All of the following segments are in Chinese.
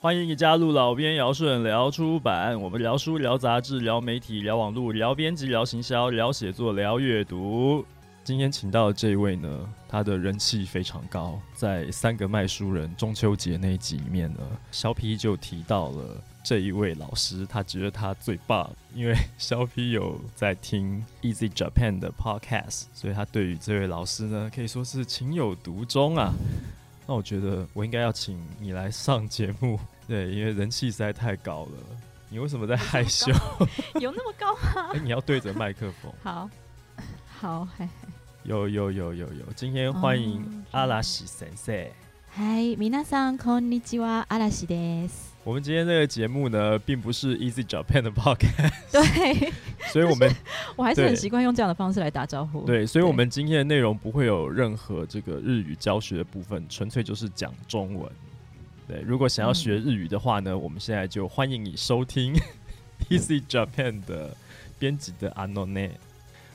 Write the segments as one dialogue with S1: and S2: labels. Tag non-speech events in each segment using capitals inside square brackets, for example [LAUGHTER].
S1: 欢迎你加入老编姚顺聊出版，我们聊书、聊杂志、聊媒体、聊网络、聊编辑、聊行销、聊写作、聊阅读。今天请到的这一位呢，他的人气非常高，在三个卖书人中秋节那一集里面呢，肖 P 就提到了这一位老师，他觉得他最棒，因为肖 P 有在听 Easy Japan 的 podcast，所以他对于这位老师呢，可以说是情有独钟啊。那我觉得我应该要请你来上节目，对，因为人气实在太高了。你为什么在害羞？
S2: [LAUGHS] 有那么高
S1: [LAUGHS]
S2: 吗？
S1: 哎，你要对着麦克 [LAUGHS] 风。
S2: 好，好，嗨
S1: 有有有有有，今天欢迎
S2: 嗯
S1: 阿拉西先生。
S2: 嗨，皆さんこんにちは、嵐です。
S1: 我们今天这个节目呢，并不是 Easy Japan 的 [LAUGHS] podcast，
S2: [LAUGHS] 对
S1: 所以我们
S2: 我还是
S1: 对
S2: 很习惯用这样的方式来打招呼。，
S1: 对，所以我们今天的内容不会有任何这个日语教学的部分，纯粹就是讲中文。对，如果想要
S2: 嗯
S1: 学日语的话呢，我们现在就欢迎你收
S2: [LAUGHS]
S1: 听 Easy Japan 的编辑的 Anone。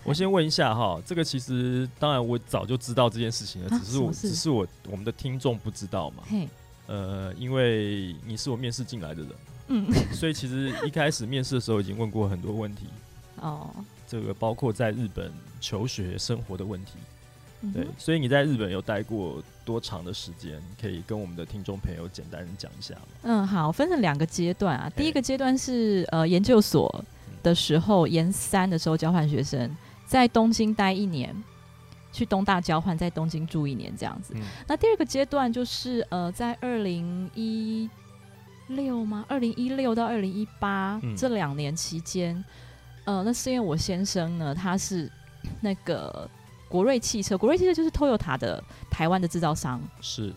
S1: 我先问一下哈，这个其实当然我早就知道这件事情了，
S2: 啊
S1: 只是我
S2: 什么事
S1: 只是我我们的听众不知道嘛。
S2: 嘿，
S1: 呃，因为你是我面试进来的人，
S2: 嗯， [LAUGHS]
S1: 所以其实一开始面试的时候已经问过很多问题，
S2: 哦，
S1: 这个包括在日本求学生活的问题。
S2: 嗯
S1: 对
S2: 哼，
S1: 所以你在日本有待过多长的时间？可以跟我们的听众朋友简单讲一下吗？
S2: 嗯，好，分成两个阶段
S1: 哎
S2: 啊。第一个阶段是呃研究所的时候，研三的时候交换学生，在东京待一年，去东大交换，在东京住一年这样子。
S1: 嗯
S2: 那第二个阶段就是呃，在二零一六吗？二零一六到二零一八
S1: 嗯
S2: 这两年期间，呃，那是因为我先生呢，他是那个国瑞汽车，国瑞汽车就是 Toyota 的台湾的制造商，
S1: 是，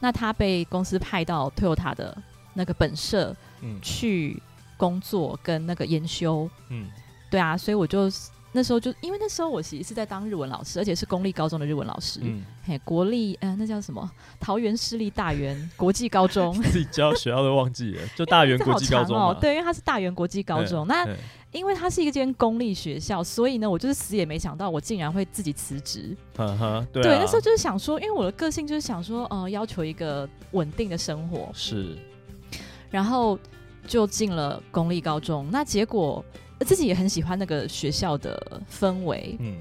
S2: 那他被公司派到 Toyota 的那个本社
S1: 嗯
S2: 去工作跟那个研修，
S1: 嗯
S2: 对啊，所以我就那时候就因为那时候我其实是在当日文老师，而且是公立高中的日文老师，
S1: 嗯，
S2: 嘿，国立，呃，那叫什么？桃园市立大园国际高中，
S1: 自己教学校都忘记了，就大
S2: 嗯这
S1: 原国
S2: 好
S1: 际高
S2: 长
S1: 中啊
S2: 哦
S1: 嘛。，
S2: 对，因为它是大园国际高
S1: 嗯
S2: 中。那
S1: 嗯
S2: 因为它是一间公立学校，所以呢，我就是死也没想到，我竟然会自己辞职。
S1: 呵呵，对
S2: 对，
S1: 啊
S2: 那时候就是想说，因为我的个性就是想说，呃，要求一个稳定的生活，
S1: 啊是，
S2: 然后就进了公立高中。那结果呃自己也很喜欢那个学校的氛围，
S1: 嗯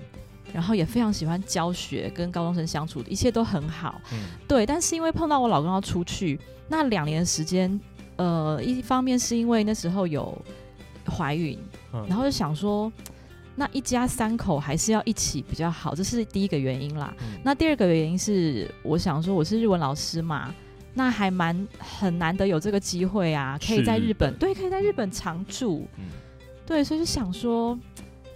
S2: 然后也非常喜欢教学，跟高中生相处，一切都很好。
S1: 嗯
S2: 对，但是因为碰到我老公要出去，那两年的时间，呃，一方面是因为那时候有怀孕，
S1: 嗯
S2: 然后就想说，那一家三口还是要一起比较好，这是第一个原因啦。
S1: 嗯
S2: 那第二个原因是，我想说我是日文老师嘛，那还蛮很难得有这个机会啊，可
S1: 去
S2: 以在
S1: 日
S2: 日本
S1: 本
S2: 对，可以在日本常住，
S1: 嗯
S2: 对，所以就想说，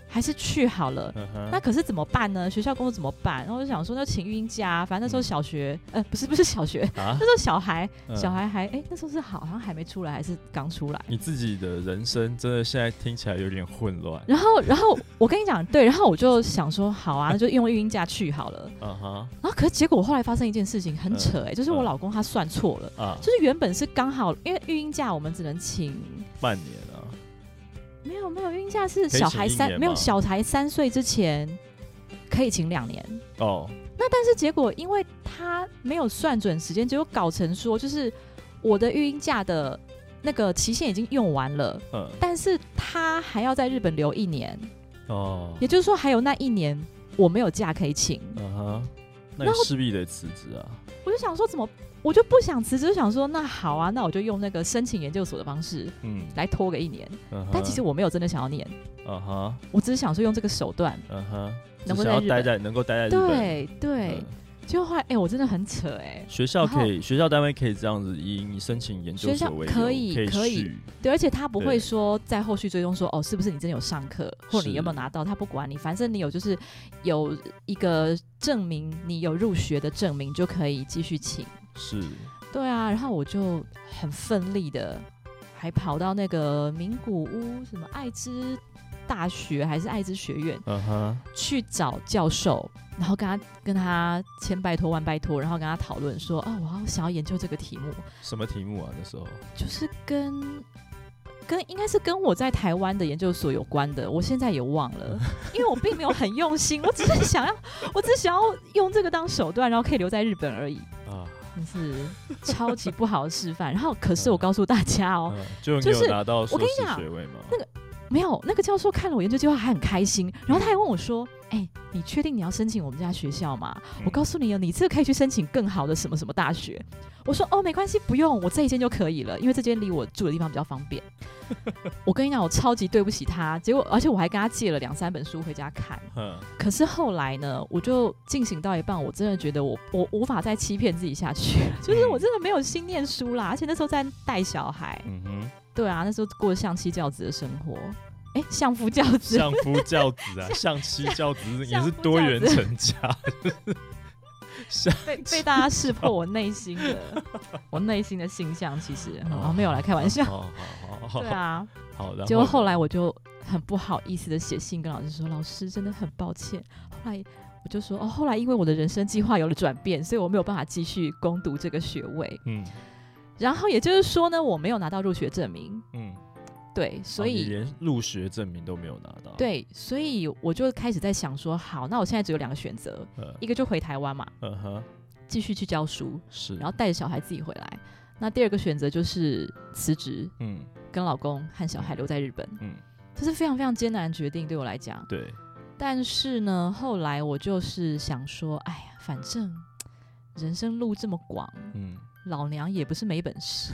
S2: 还是去好了。
S1: 呵呵
S2: 那可是怎么办呢？学校工作怎么办？然后我就想说，那请育婴假啊、反正那时候
S1: 嗯
S2: 小学，呃，不是不是小学， [LAUGHS]
S1: 啊
S2: 那时候小孩，
S1: 嗯
S2: 小孩还，哎、那时候是好好像还没出来，还是刚出来。
S1: 你自己的人生真的现在听起来有点混乱。
S2: 然后，然后我跟你讲，对，然后我就想说，好啊，那就用育婴假去好了。
S1: 嗯哼
S2: 然后，可是结果我后来发生一件事情，很扯哎、就是我
S1: 嗯
S2: 老公他算错了，
S1: 啊，
S2: 就是原本是刚好，因为育婴假我们只能请，
S1: 半年啊，
S2: 没有没有，育婴假是
S1: 可以
S2: 小
S1: 请
S2: 孩
S1: 一
S2: 三
S1: 年
S2: 没有
S1: 吗
S2: 小孩三岁之前可以请两年，
S1: 哦，
S2: 但是结果因为他没有算准时间，结果搞成说就是我的育婴假的那个期限已经用完了，
S1: 嗯
S2: 但是他还要在日本留一年，
S1: 哦，
S2: 也就是说还有那一年我没有假可以请。
S1: 嗯哼，那你
S2: 然后
S1: 势必得辞职啊。
S2: 我就想说怎么，我就不想辞职，就想说那好啊，那我就用那个申请研究所的方式
S1: 嗯，
S2: 来拖个一年。
S1: 嗯哼
S2: 但其实我没有真的想要念，
S1: 嗯哼。
S2: 我只是想说用这个手段。
S1: 嗯哼，
S2: 能
S1: 只
S2: 够
S1: 想
S2: 在
S1: 要
S2: 日
S1: 待
S2: 本
S1: 在能够待在日本，
S2: 对对
S1: 嗯，
S2: 结果后来哎、我真的很扯哎、
S1: 学校
S2: 然
S1: 可
S2: 后
S1: 以，学校单位可以这样子，以你申请研究
S2: 学校
S1: 所为由，
S2: 可以
S1: 以
S2: 可以
S1: 续
S2: 对，而且他不
S1: 对
S2: 会说在后续追踪说哦，是不是你真的有上课，或者你
S1: 是
S2: 有没有拿到，他不管你，反正你有就是有一个证明，你有入学的证明就可以继续请。
S1: 是
S2: 对啊，然后我就很奋力的，还跑到那个名古屋什么爱知大学还是爱知学院
S1: 嗯哼，
S2: 去找教授，然后跟他跟他千拜托万拜托，然后跟他讨论说，哦，我要想要研究这个题目，
S1: 什么题目啊？那时候
S2: 就是跟跟应该是跟我在台湾的研究所有关的，我现在也忘了，因为我并没有很用心，我只是想要，我只是想要用这个当手段，然后可以留在日本而已。
S1: 啊，
S2: 真是超级不好的示范。然后，可是我告诉大家哦，
S1: 嗯，就你
S2: 就
S1: 有
S2: 是
S1: 拿到硕
S2: 我跟你
S1: 士
S2: 讲
S1: 学位吗？
S2: 那个没有那个教授看了我研究计划还很开心，然后他还问我说：“哎、你确定你要申请我们家学校吗？我告诉你哦，你这个可以去申请更好的什么什么大学。”我说：“哦，没关系，不用，我这一间就可以了，因为这间离我住的地方比较方便。”我跟你讲，我超级对不起他，结果而且我还跟他借了两三本书回家看。
S1: 嗯，
S2: 可是后来呢，我就进行到一半，我真的觉得我我无法再欺骗自己下去，就是我真的没有心念书啦，而且那时候在带小孩，
S1: 嗯哼，
S2: 对啊，那时候过相妻教子的生活，哎，相夫教子，
S1: 相夫教子
S2: [LAUGHS]
S1: 啊，相妻教子也
S2: 相
S1: 是
S2: 夫
S1: 多
S2: 教
S1: 元
S2: 子
S1: 成
S2: [LAUGHS]
S1: 家，
S2: 被被大家识破我内心的我内心的性向，其实啊、
S1: 哦
S2: 没有来开
S1: [LAUGHS]
S2: 玩笑，
S1: 好好好好，
S2: 对啊，
S1: 好，然
S2: 结果后来我就很不好意思的写信跟老师说，老师真的很抱歉。后来我就说，哦，后来因为我的人生计划有了转变，所以我没有办法继续攻读这个学位。
S1: 嗯
S2: 然后也就是说呢，我没有拿到入学证明，
S1: 嗯，
S2: 对，所
S1: 哦你
S2: 以、
S1: 连入学证明都没有拿到，，
S2: 对，所以我就开始在想说，好，那我现在只有两个选择，
S1: 呃
S2: 一个就回台湾嘛，
S1: 嗯哼，
S2: 继续去教书，
S1: 是，
S2: 然后带着小孩自己回来。那第二个选择就是辞职，
S1: 嗯
S2: 跟老公和小孩留在日本，
S1: 嗯，
S2: 这是非常非常艰难的决定对我来讲。
S1: 对，
S2: 但是呢，后来我就是想说，哎呀，反正人生路这么广，
S1: 嗯
S2: 老娘也不是没本
S1: [LAUGHS]
S2: 事。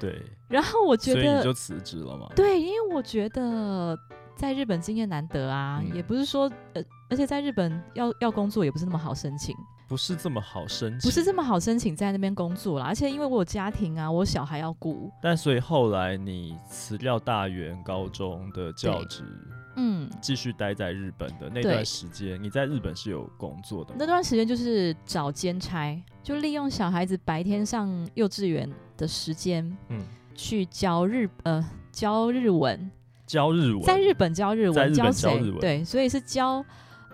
S1: 对，
S2: 然后我觉
S1: 所以你
S2: 得，
S1: 就辞职了嘛，
S2: 对，因为我觉得在日本经验难得啊，
S1: 嗯
S2: 也不是说呃，而且在日本要要工作也不是那么好申请，
S1: 不是这么好申请，
S2: 不是这么好申请在那边工作啦。而且因为我有家庭啊，我有小孩要顾，
S1: 但所以后来你辞掉大原高中的教
S2: 对
S1: 职，
S2: 嗯，
S1: 继续待在日本的那
S2: 对
S1: 段时间，你在日本是有工作的吗
S2: 那段时间就是找兼差，就利用小孩子白天上幼稚园的时间
S1: 嗯，
S2: 去教日呃教日文，
S1: 教日文，
S2: 在日本教日
S1: 在
S2: 文，
S1: 日本教
S2: 谁
S1: 日文
S2: 对，所以是教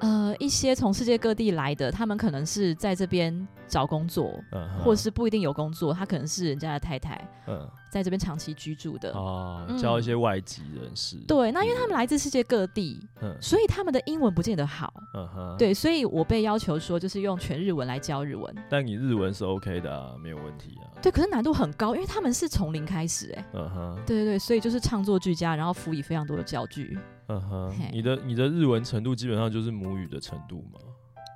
S2: 呃一些从世界各地来的，他们可能是在这边找工作，
S1: 嗯哼，
S2: 或者是不一定有工作，他可能是人家的太太
S1: 嗯
S2: 在这边长期居住的。
S1: 啊，
S2: 嗯
S1: 教一些外籍人士，，
S2: 对，那因为他们来自世界各地，
S1: 嗯
S2: 所以他们的英文不见得好。
S1: 嗯哼，。
S2: 对，所以我被要求说，就是用全日文来教日文。
S1: 但你日文是 OK 的啊，没有问题啊，
S2: 对，可是难度很高，因为他们是从零开始、哎，
S1: 嗯哼，
S2: 对对对，所以就是唱作俱佳，然后辅以非常多的教具。
S1: 嗯哼
S2: 嘿，
S1: 你的你的日文程度基本上就是母语的程度嘛，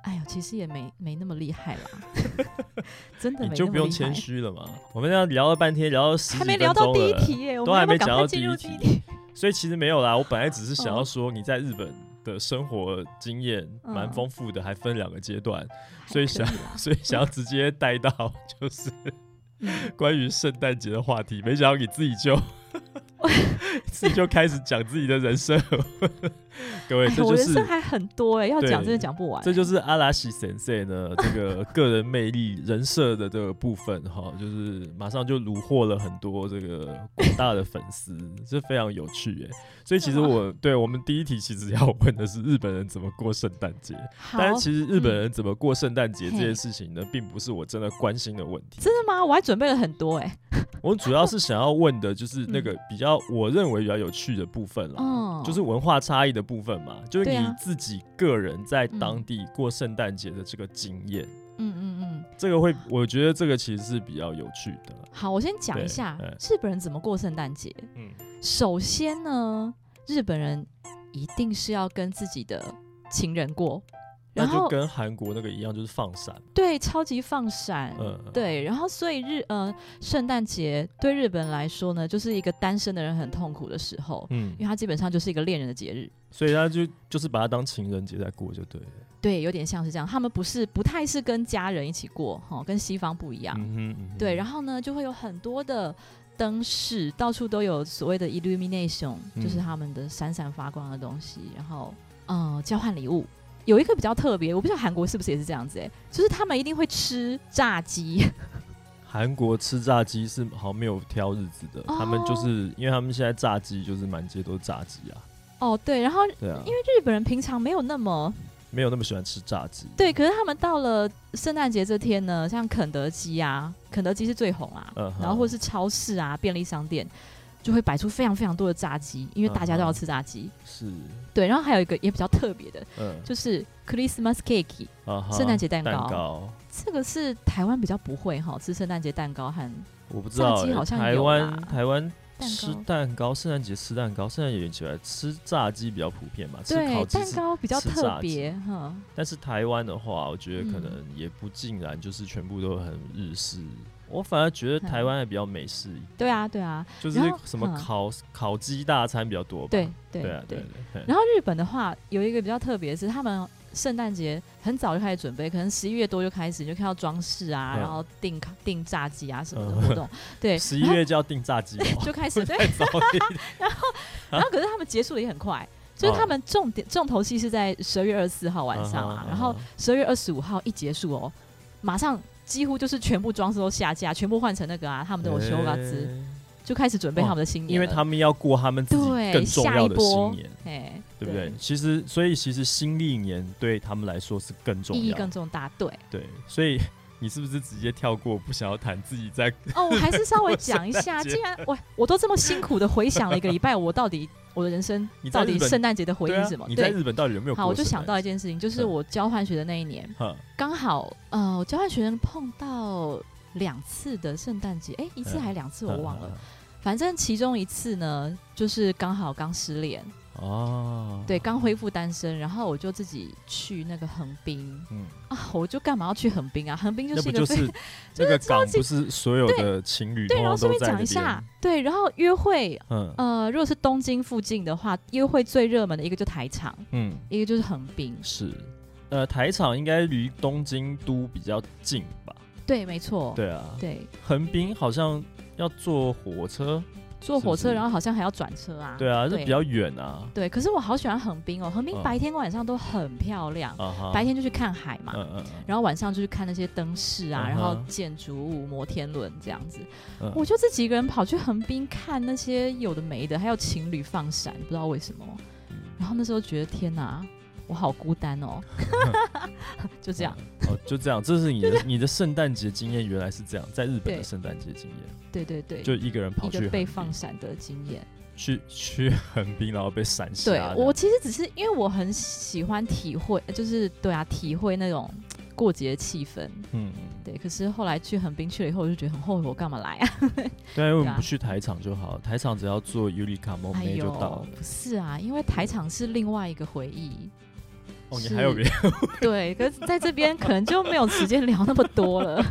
S2: 哎呦，其实也没没那么厉害啦， [LAUGHS] 真的
S1: 你
S2: 没
S1: 就不
S2: 那么
S1: 用
S2: 厉害
S1: 谦。虚了嘛。我们这样聊了半天，聊了十
S2: 还
S1: 几
S2: 没
S1: 分
S2: 聊到
S1: 钟
S2: 第一
S1: 了，
S2: 题耶，我
S1: 都
S2: 们
S1: 还
S2: 要不
S1: 没
S2: 要赶
S1: 讲
S2: 快
S1: 到
S2: 进
S1: 第
S2: 入
S1: 一
S2: 第
S1: 题
S2: 一题。
S1: 所以其实没有啦。我本来只是想要说你在日本的生活经验蛮
S2: 嗯
S1: 丰富的，还分两个阶
S2: [LAUGHS]
S1: 段，
S2: 还
S1: 所以
S2: 可
S1: 想 [LAUGHS]
S2: 啦
S1: 所以想要直接带到就是
S2: 嗯
S1: 关于圣诞节的话题。没想到你自己
S2: [LAUGHS]
S1: 就自己就开始讲自己的人生， [LAUGHS] 各位，
S2: 哎
S1: 这
S2: 呦，我
S1: 就
S2: 人
S1: 是
S2: 生还很多哎，要
S1: 对
S2: 讲真的讲不完。
S1: 这就是阿拉西先生呢这个个人魅力人设的这个部分
S2: [LAUGHS]
S1: 哈，就是马上就虏获了很多这个广大的粉丝， [LAUGHS] 这非常有趣耶。所以其实
S2: 是吗
S1: 我对我们第一题其实要问的是日本人怎么过圣诞节，
S2: 好，
S1: 但是其实日本人怎么过圣诞节
S2: 嗯
S1: 这件事情呢，并不是我真的关心的问题。
S2: 真的吗？我还准备了很多哎。
S1: 我主要是想要问的就是那
S2: 嗯
S1: 个比较我认为比较有趣的部分啦，
S2: 哦，
S1: 嗯就是文化差异的部分嘛，就是
S2: 对
S1: 你
S2: 啊
S1: 自己个人在
S2: 嗯
S1: 当地过圣诞节的这个经验，
S2: 嗯嗯嗯。
S1: 这个会，我觉得这个其实是比较有趣的啦。
S2: 好，我先讲
S1: 对
S2: 一下
S1: 哎
S2: 日本人怎么过圣诞节。
S1: 嗯
S2: 首先呢，日本人一定是要跟自己的情人过，
S1: 那
S2: 然
S1: 就
S2: 后
S1: 跟韩国那个一样，就是放闪。
S2: 对超级放闪，
S1: 嗯，嗯，
S2: 对，然后所以日呃圣诞节对日本来说呢，就是一个单身的人很痛苦的时候，
S1: 嗯
S2: 因为，它基本上就是一个恋人的节日，
S1: 所以他就就是把它当情人节在过就对了。
S2: 对，有点像是这样，他们不是不太是跟家人一起过，哈、跟西方不一样，
S1: 嗯哼，嗯哼
S2: 对，然后呢就会有很多的。灯饰到处都有所谓的 illumination，、就是
S1: 嗯
S2: 他们的闪闪发光的东西。然后，嗯，交换礼物有一个比较特别，我不知道韩国是不是也是这样子、欸，就是他们一定会吃炸鸡， [LAUGHS]
S1: 韩国吃炸鸡是好像没有挑日子的，
S2: 哦
S1: 他们就是因为他们现在炸鸡就是满街都是炸鸡啊，
S2: 哦，对，然后
S1: 对啊，
S2: 因为日本人平常没有那么
S1: 没有那么喜欢吃炸鸡。
S2: 对，可是他们到了圣诞节这天呢，像肯德基啊，肯德基是最红啊，
S1: 嗯哼
S2: 然后或是超市啊、便利商店，就会摆出非常非常多的炸鸡，因为大家都
S1: 嗯
S2: 要吃炸鸡。
S1: 是，
S2: 对，然后还有一个也比较特别的，
S1: 嗯，
S2: 就是 Christmas cake
S1: 啊哈
S2: 圣诞节蛋糕
S1: 蛋糕，
S2: 这个是台湾比较不会哈，吃圣诞节蛋糕和
S1: 我不知道
S2: 炸鸡
S1: 欸、
S2: 好像
S1: 台
S2: 有
S1: 湾
S2: 啦
S1: 台湾
S2: 蛋
S1: 吃
S2: 糕。
S1: 蛋糕，圣诞节吃蛋糕，圣诞节有点奇怪，吃炸鸡比较普遍嘛，吃
S2: 对，
S1: 烤鸡
S2: 蛋
S1: 是。
S2: 糕比较
S1: 吃炸鸡
S2: 特别哈，
S1: 但是台湾的话，我觉得可
S2: 嗯
S1: 能也不尽然，就是全部都很日式。我反而觉得台湾还比较美式一点，
S2: 对啊，对啊，
S1: 就是
S2: 嗯然后
S1: 什么
S2: 嗯
S1: 烤、烤鸡大餐比较多吧。
S2: 对对
S1: 对啊对对。
S2: 然后日本的话，有一个比较特别的是，他们圣诞节很早就开始准备，可能十一月多就开始，你就看到装饰啊，
S1: 嗯
S2: 然后订烤订炸鸡啊什么的
S1: 嗯
S2: 活动，对，
S1: 十一
S2: 然后
S1: 月就要订炸鸡了 [LAUGHS]
S2: 就开始对，
S1: 太早了一点。
S2: 然后可是他们结束的也很
S1: 哦
S2: 快，就是他们重点重头戏是在十二月二十四号晚上
S1: 嗯
S2: 啊
S1: 哼，
S2: 然后
S1: 嗯哼
S2: 十二月二十五号一结束哦，马上几乎就是全部装饰都下架，全部换成那个啊，他 [LAUGHS] 们都有修嘎兹，
S1: 欸
S2: 就开始准备他们的新年
S1: 哦因
S2: 了，
S1: 为他们要过他们自己
S2: 对
S1: 更重要的新
S2: 下一
S1: 年，
S2: 哎，
S1: 对不对？其实，所以其实新历年对他们来说是更重
S2: 意义
S1: 要，
S2: 更重大，对。
S1: 对，所以。你是不是直接跳过不想要谈自己在？
S2: 哦，我还是稍微讲一
S1: [LAUGHS]
S2: 下，
S1: 圣诞节
S2: 既然我我都这么辛苦的回想了一个礼拜，我到底我的人生
S1: [LAUGHS] 你在
S2: 到
S1: 日
S2: 底
S1: 本
S2: 圣诞节的回忆
S1: 对啊
S2: 是什么？
S1: 你在
S2: 对，
S1: 日本到底有没有过圣诞节？
S2: 好，我就想到一件事情，就是
S1: 嗯
S2: 我交换学的那一年，
S1: 哼，
S2: 刚好呃，我交换学生碰到两次的圣诞节，哎，一次
S1: 嗯
S2: 还两次我忘了，
S1: 嗯。嗯
S2: 反正其中一次呢，就是刚好刚失恋，
S1: 嗯哦，
S2: 对，刚恢复单身，然后我就自己去那个横滨
S1: 嗯，
S2: 啊，我就干嘛要去横滨啊？横滨就
S1: 那
S2: 是
S1: 不
S2: 一
S1: 就
S2: 个非
S1: 是那个港不是所有的情侣
S2: [LAUGHS] 对，然后顺
S1: 通通都
S2: 便
S1: 在那
S2: 讲一
S1: 边
S2: 下，，对，然后约会
S1: 嗯
S2: 呃，如果是东京附近的话，约会最热门的一个就台场，
S1: 嗯，
S2: 一个就是横滨。
S1: 是，呃，台场应该离东京都比较近吧？
S2: 对，没错。
S1: 对啊，
S2: 哦对
S1: 横滨好像要坐火车，
S2: 坐
S1: 是不
S2: 火车
S1: 是
S2: 然后好像还要转车啊。
S1: 对啊，这
S2: 对
S1: 比较远啊，
S2: 对可是我好喜欢横滨哦，横滨
S1: 嗯
S2: 白天晚上都很漂亮，
S1: 啊哈，
S2: 白天就去看海嘛。
S1: 嗯，嗯嗯
S2: 然后晚上就去看那些灯饰啊
S1: 嗯哼
S2: 然后建筑物、摩天轮这样子。
S1: 嗯，
S2: 我就自己一个人跑去横滨看那些有的没的，还有情侣放闪，不知道为什么。
S1: 嗯
S2: 然后那时候觉得天哪，我好孤单
S1: [LAUGHS]
S2: 哦，就这样。
S1: 嗯哦，就这样，这是你的你的圣诞节经验，原来是这样，在日本的
S2: 对
S1: 圣诞节经验，
S2: 对对对，
S1: 嗯就一个人跑
S2: 一
S1: 去
S2: 个
S1: 横
S2: 被
S1: 滨
S2: 放闪的经验。
S1: 去去横滨，然后被闪瞎这
S2: 对
S1: 样，
S2: 我其实只是因为我很喜欢体会，呃就是对啊，体会那种嘖过节气氛。
S1: 嗯，嗯
S2: 对，可是后来去横滨去了以后，我就觉得很后悔，我干嘛来啊？
S1: 对啊，因为我
S2: 对
S1: 们
S2: 啊
S1: 不去台场就好，台场只要坐尤里卡梦
S2: 哎
S1: 梅就
S2: 呦
S1: 到了，。
S2: 不是啊，因为台场是另外一个回忆。
S1: 哦，你
S2: 是
S1: 还有别， [LAUGHS]
S2: 对，可是在这边可能就没有时间聊那么
S1: [LAUGHS]
S2: 多了。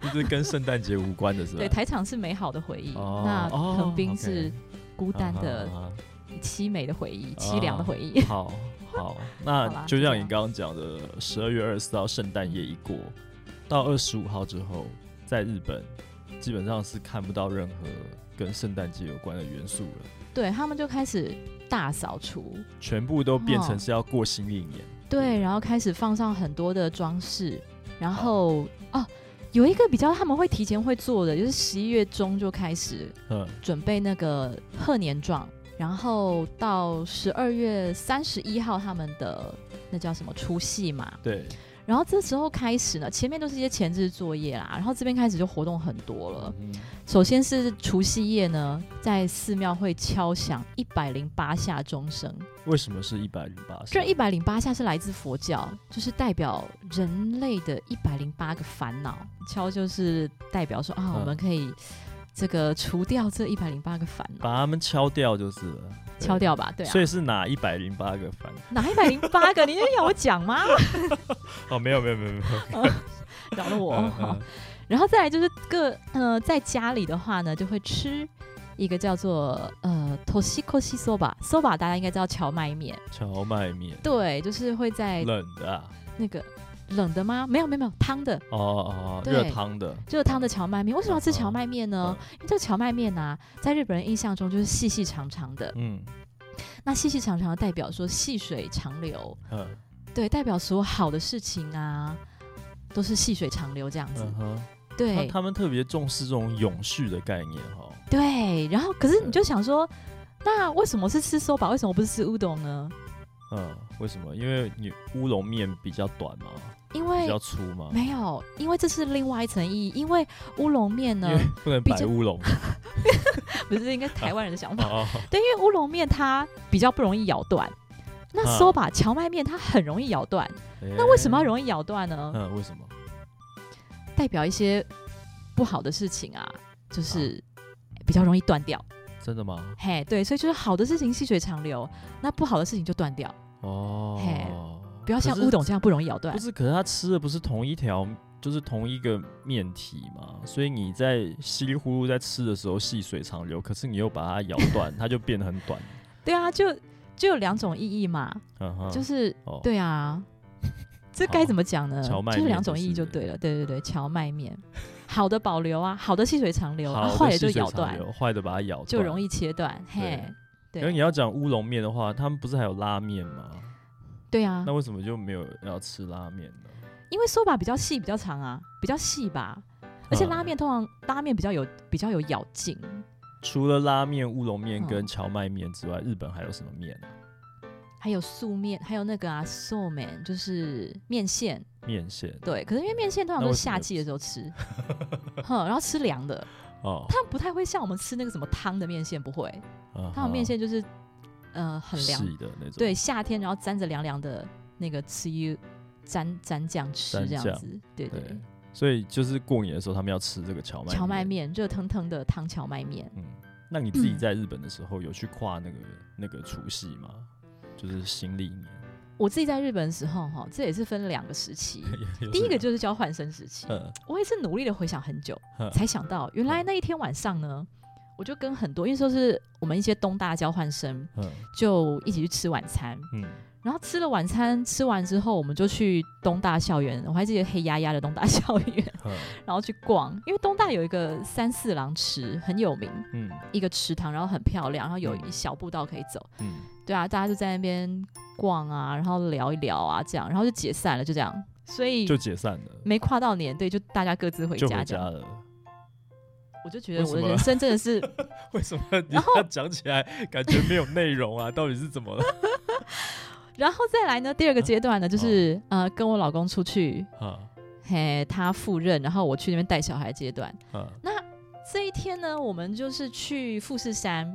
S1: 就是跟圣诞节无关的是吧？
S2: 对，台场是美好的回忆，
S1: 哦
S2: 那
S1: 哦
S2: 横滨
S1: OK
S2: 是孤单的
S1: 啊、哈啊哈啊
S2: 凄美的回忆，凄凉的回忆。 [LAUGHS]
S1: 好好，
S2: 好
S1: 那
S2: 啦
S1: 就
S2: 就这
S1: 像你
S2: 样
S1: 刚刚讲的，十二月二十四号圣诞夜一过，到二十五号之后，在日本基本上是看不到任何跟圣诞节有关的元素了，
S2: 对他们就开始大扫除，
S1: 全部都变成
S2: 哦
S1: 是要过新历年。
S2: 对，然后开始放上很多的装饰，然后哦，有一个比较他们会提前会做的，就是十一月中就开始
S1: 嗯，
S2: 准备那个贺年状，然后到十二月三十一号他们的那叫什么除夕嘛，
S1: 对，
S2: 然后这时候开始呢，前面都是一些前置作业啦，然后这边开始就活动很多了。
S1: 嗯
S2: 首先是除夕夜呢，在寺庙会敲响一百零八下钟声。
S1: 为什么是一百零八？
S2: 这一百零八下是来自佛教，就是代表人类的一百零八个烦恼。敲就是代表说啊，
S1: 嗯
S2: 我们可以这个除掉这一百零八个烦恼，
S1: 把它们敲掉就是了，啊对
S2: 敲。掉吧，对啊
S1: 所。以是哪一百零八个番？
S2: 哪一百零八个？你就要我讲吗？
S1: 哦，没有没有没有没有。
S2: [LAUGHS] 饶了我。
S1: 嗯
S2: 好
S1: 嗯
S2: 然后再来就是各呃，在家里的话呢，就会吃一个叫做呃 toshiko s i soba soba，大家应该知道荞麦面，
S1: 荞麦面，
S2: 对，就是会在
S1: 冷的啊，
S2: 那个冷的吗？没有没有没有汤的，
S1: 哦哦，哦
S2: 对
S1: 热汤的，
S2: 就是汤的荞麦面。为什么要吃荞麦面呢？因为这个荞麦面呢、在日本人印象中就是细细长长的，
S1: 嗯
S2: 那细细长长的代表说细水长流，
S1: 嗯
S2: 对，代表所有好的事情啊。都是细水长流这样子，
S1: 嗯哼。他
S2: 对
S1: 他们特别重视这种永续的概念哦哈、
S2: 对。然后，可是
S1: 对
S2: 你就想说，那为什么是吃 soba？为什么不是吃乌冬呢？
S1: 嗯，为什么？因为你乌龙面比较短嘛，
S2: 因
S1: 比
S2: 为
S1: 较粗嘛，
S2: 没有，因为这是另外一层意义。因为乌龙面
S1: 因
S2: 呢
S1: 为，不能
S2: 比
S1: 摆
S2: 较
S1: 乌龙。
S2: 不是应该台湾人的想法？ [LAUGHS]
S1: 哦，
S2: 对，因为乌龙面它比较不容易咬断。那
S1: 啊哎
S2: soba 荞麦面它很容易咬断，
S1: 那
S2: 那为什么要容易咬断呢？
S1: 嗯，为什么？
S2: 代表一些不好的事情啊，就是比较容易断掉。
S1: 真的吗？
S2: 嘿，对，所以就是好的事情细水长流，那不好的事情就断掉，
S1: 哦，
S2: 不要像
S1: 可是
S2: 乌董这样不容易咬断
S1: 不。是，可是他吃的不是同一条，就是同一个面体嘛，所以你在稀里糊涂在吃的时候细水长流，可是你又把它咬断，它就变得很短。
S2: 对啊，就就有两种意义嘛，
S1: 嗯哼，
S2: 就是
S1: 哦，[LAUGHS]
S2: 对啊，这该怎么讲呢？
S1: 荞麦
S2: 就是
S1: 面
S2: 两
S1: 就
S2: 种意义
S1: 是
S2: 就对了。对对对，荞麦面，好的保
S1: [LAUGHS]
S2: 留啊，好的细水长流，啊
S1: 好
S2: 坏
S1: 的
S2: 的就
S1: 细水
S2: 咬
S1: 长
S2: 断，
S1: 流，坏的把它咬断，
S2: 就容。易切断。嘿，
S1: 因为你
S2: 对
S1: 要讲乌龙面的话，他们不是还有拉面吗？
S2: 对啊
S1: 那，为什么就没有要吃拉面呢？
S2: 因为手把比较细，比较长啊，比较细吧。
S1: 嗯
S2: 而且拉面通常拉面比较有比较有咬劲，
S1: 除了拉面、乌龙面跟
S2: 嗯
S1: 荞麦面之外，日本还有什么面啊？
S2: 还有素面，还有那个啊寿面，就是面线。
S1: 面线
S2: 对，可是因为面线通常
S1: 那
S2: 都
S1: 为
S2: 是
S1: 什么
S2: 夏季的时候吃，哼，然后吃凉的，
S1: 哦，
S2: 他们不太会像我们吃那个什么汤的面线，不会。
S1: 嗯
S2: 它有面
S1: 哼
S2: 线就是呃很凉，
S1: 细的那种，
S2: 对，夏天然后沾着凉凉的那个吃一沾沾酱吃
S1: 沾
S2: 这样
S1: 酱
S2: 子，对对
S1: 对，所以就是过年的时候，他们要吃这个荞麦
S2: 荞麦。面热腾腾的汤荞麦面，
S1: 嗯，那你自己
S2: 嗯
S1: 在日本的时候有去跨那个那个除夕吗？就是新历年。 [LAUGHS]
S2: 我自己在日本的时候哈，这也是分两个时期。第一个就是交换生时期，
S1: 嗯
S2: 我也是努力的回想很久
S1: 嗯，
S2: 才想到原来那一天晚上呢，我就跟很多，因为说是我们一些东大交换生
S1: 嗯
S2: 就一起去吃晚餐，
S1: 嗯，
S2: 然后吃了晚餐，吃完之后我们就去东大校园，我还记得黑压压的东大校园，
S1: 嗯
S2: 然后去逛，因为东大有一个三四郎池很有名，
S1: 嗯
S2: 一个池塘，然后很漂亮，然后有
S1: 嗯
S2: 一小步道可以走。
S1: 嗯，
S2: 对啊，大家就在那边逛啊，然后聊一聊啊，这样，然后就解散了，就这样。所以
S1: 就解散了，
S2: 没跨到年，对，就大家各自回
S1: 就
S2: 家
S1: 回
S2: 这
S1: 家
S2: 样。
S1: 了。
S2: 我就觉得
S1: 为什
S2: 我的
S1: 么
S2: 人生真的是，
S1: 为什么你
S2: 然后
S1: 这样讲起来感觉没有内容啊？到底是怎么了？ [LAUGHS]
S2: 然后再来呢，第二个阶段呢，就是、
S1: 嗯
S2: 呃，跟我老公出去，
S1: 啊
S2: 嘿，他赴任，然后我去那边带小孩阶段。
S1: 啊，
S2: 这一天呢，我们就是去富士山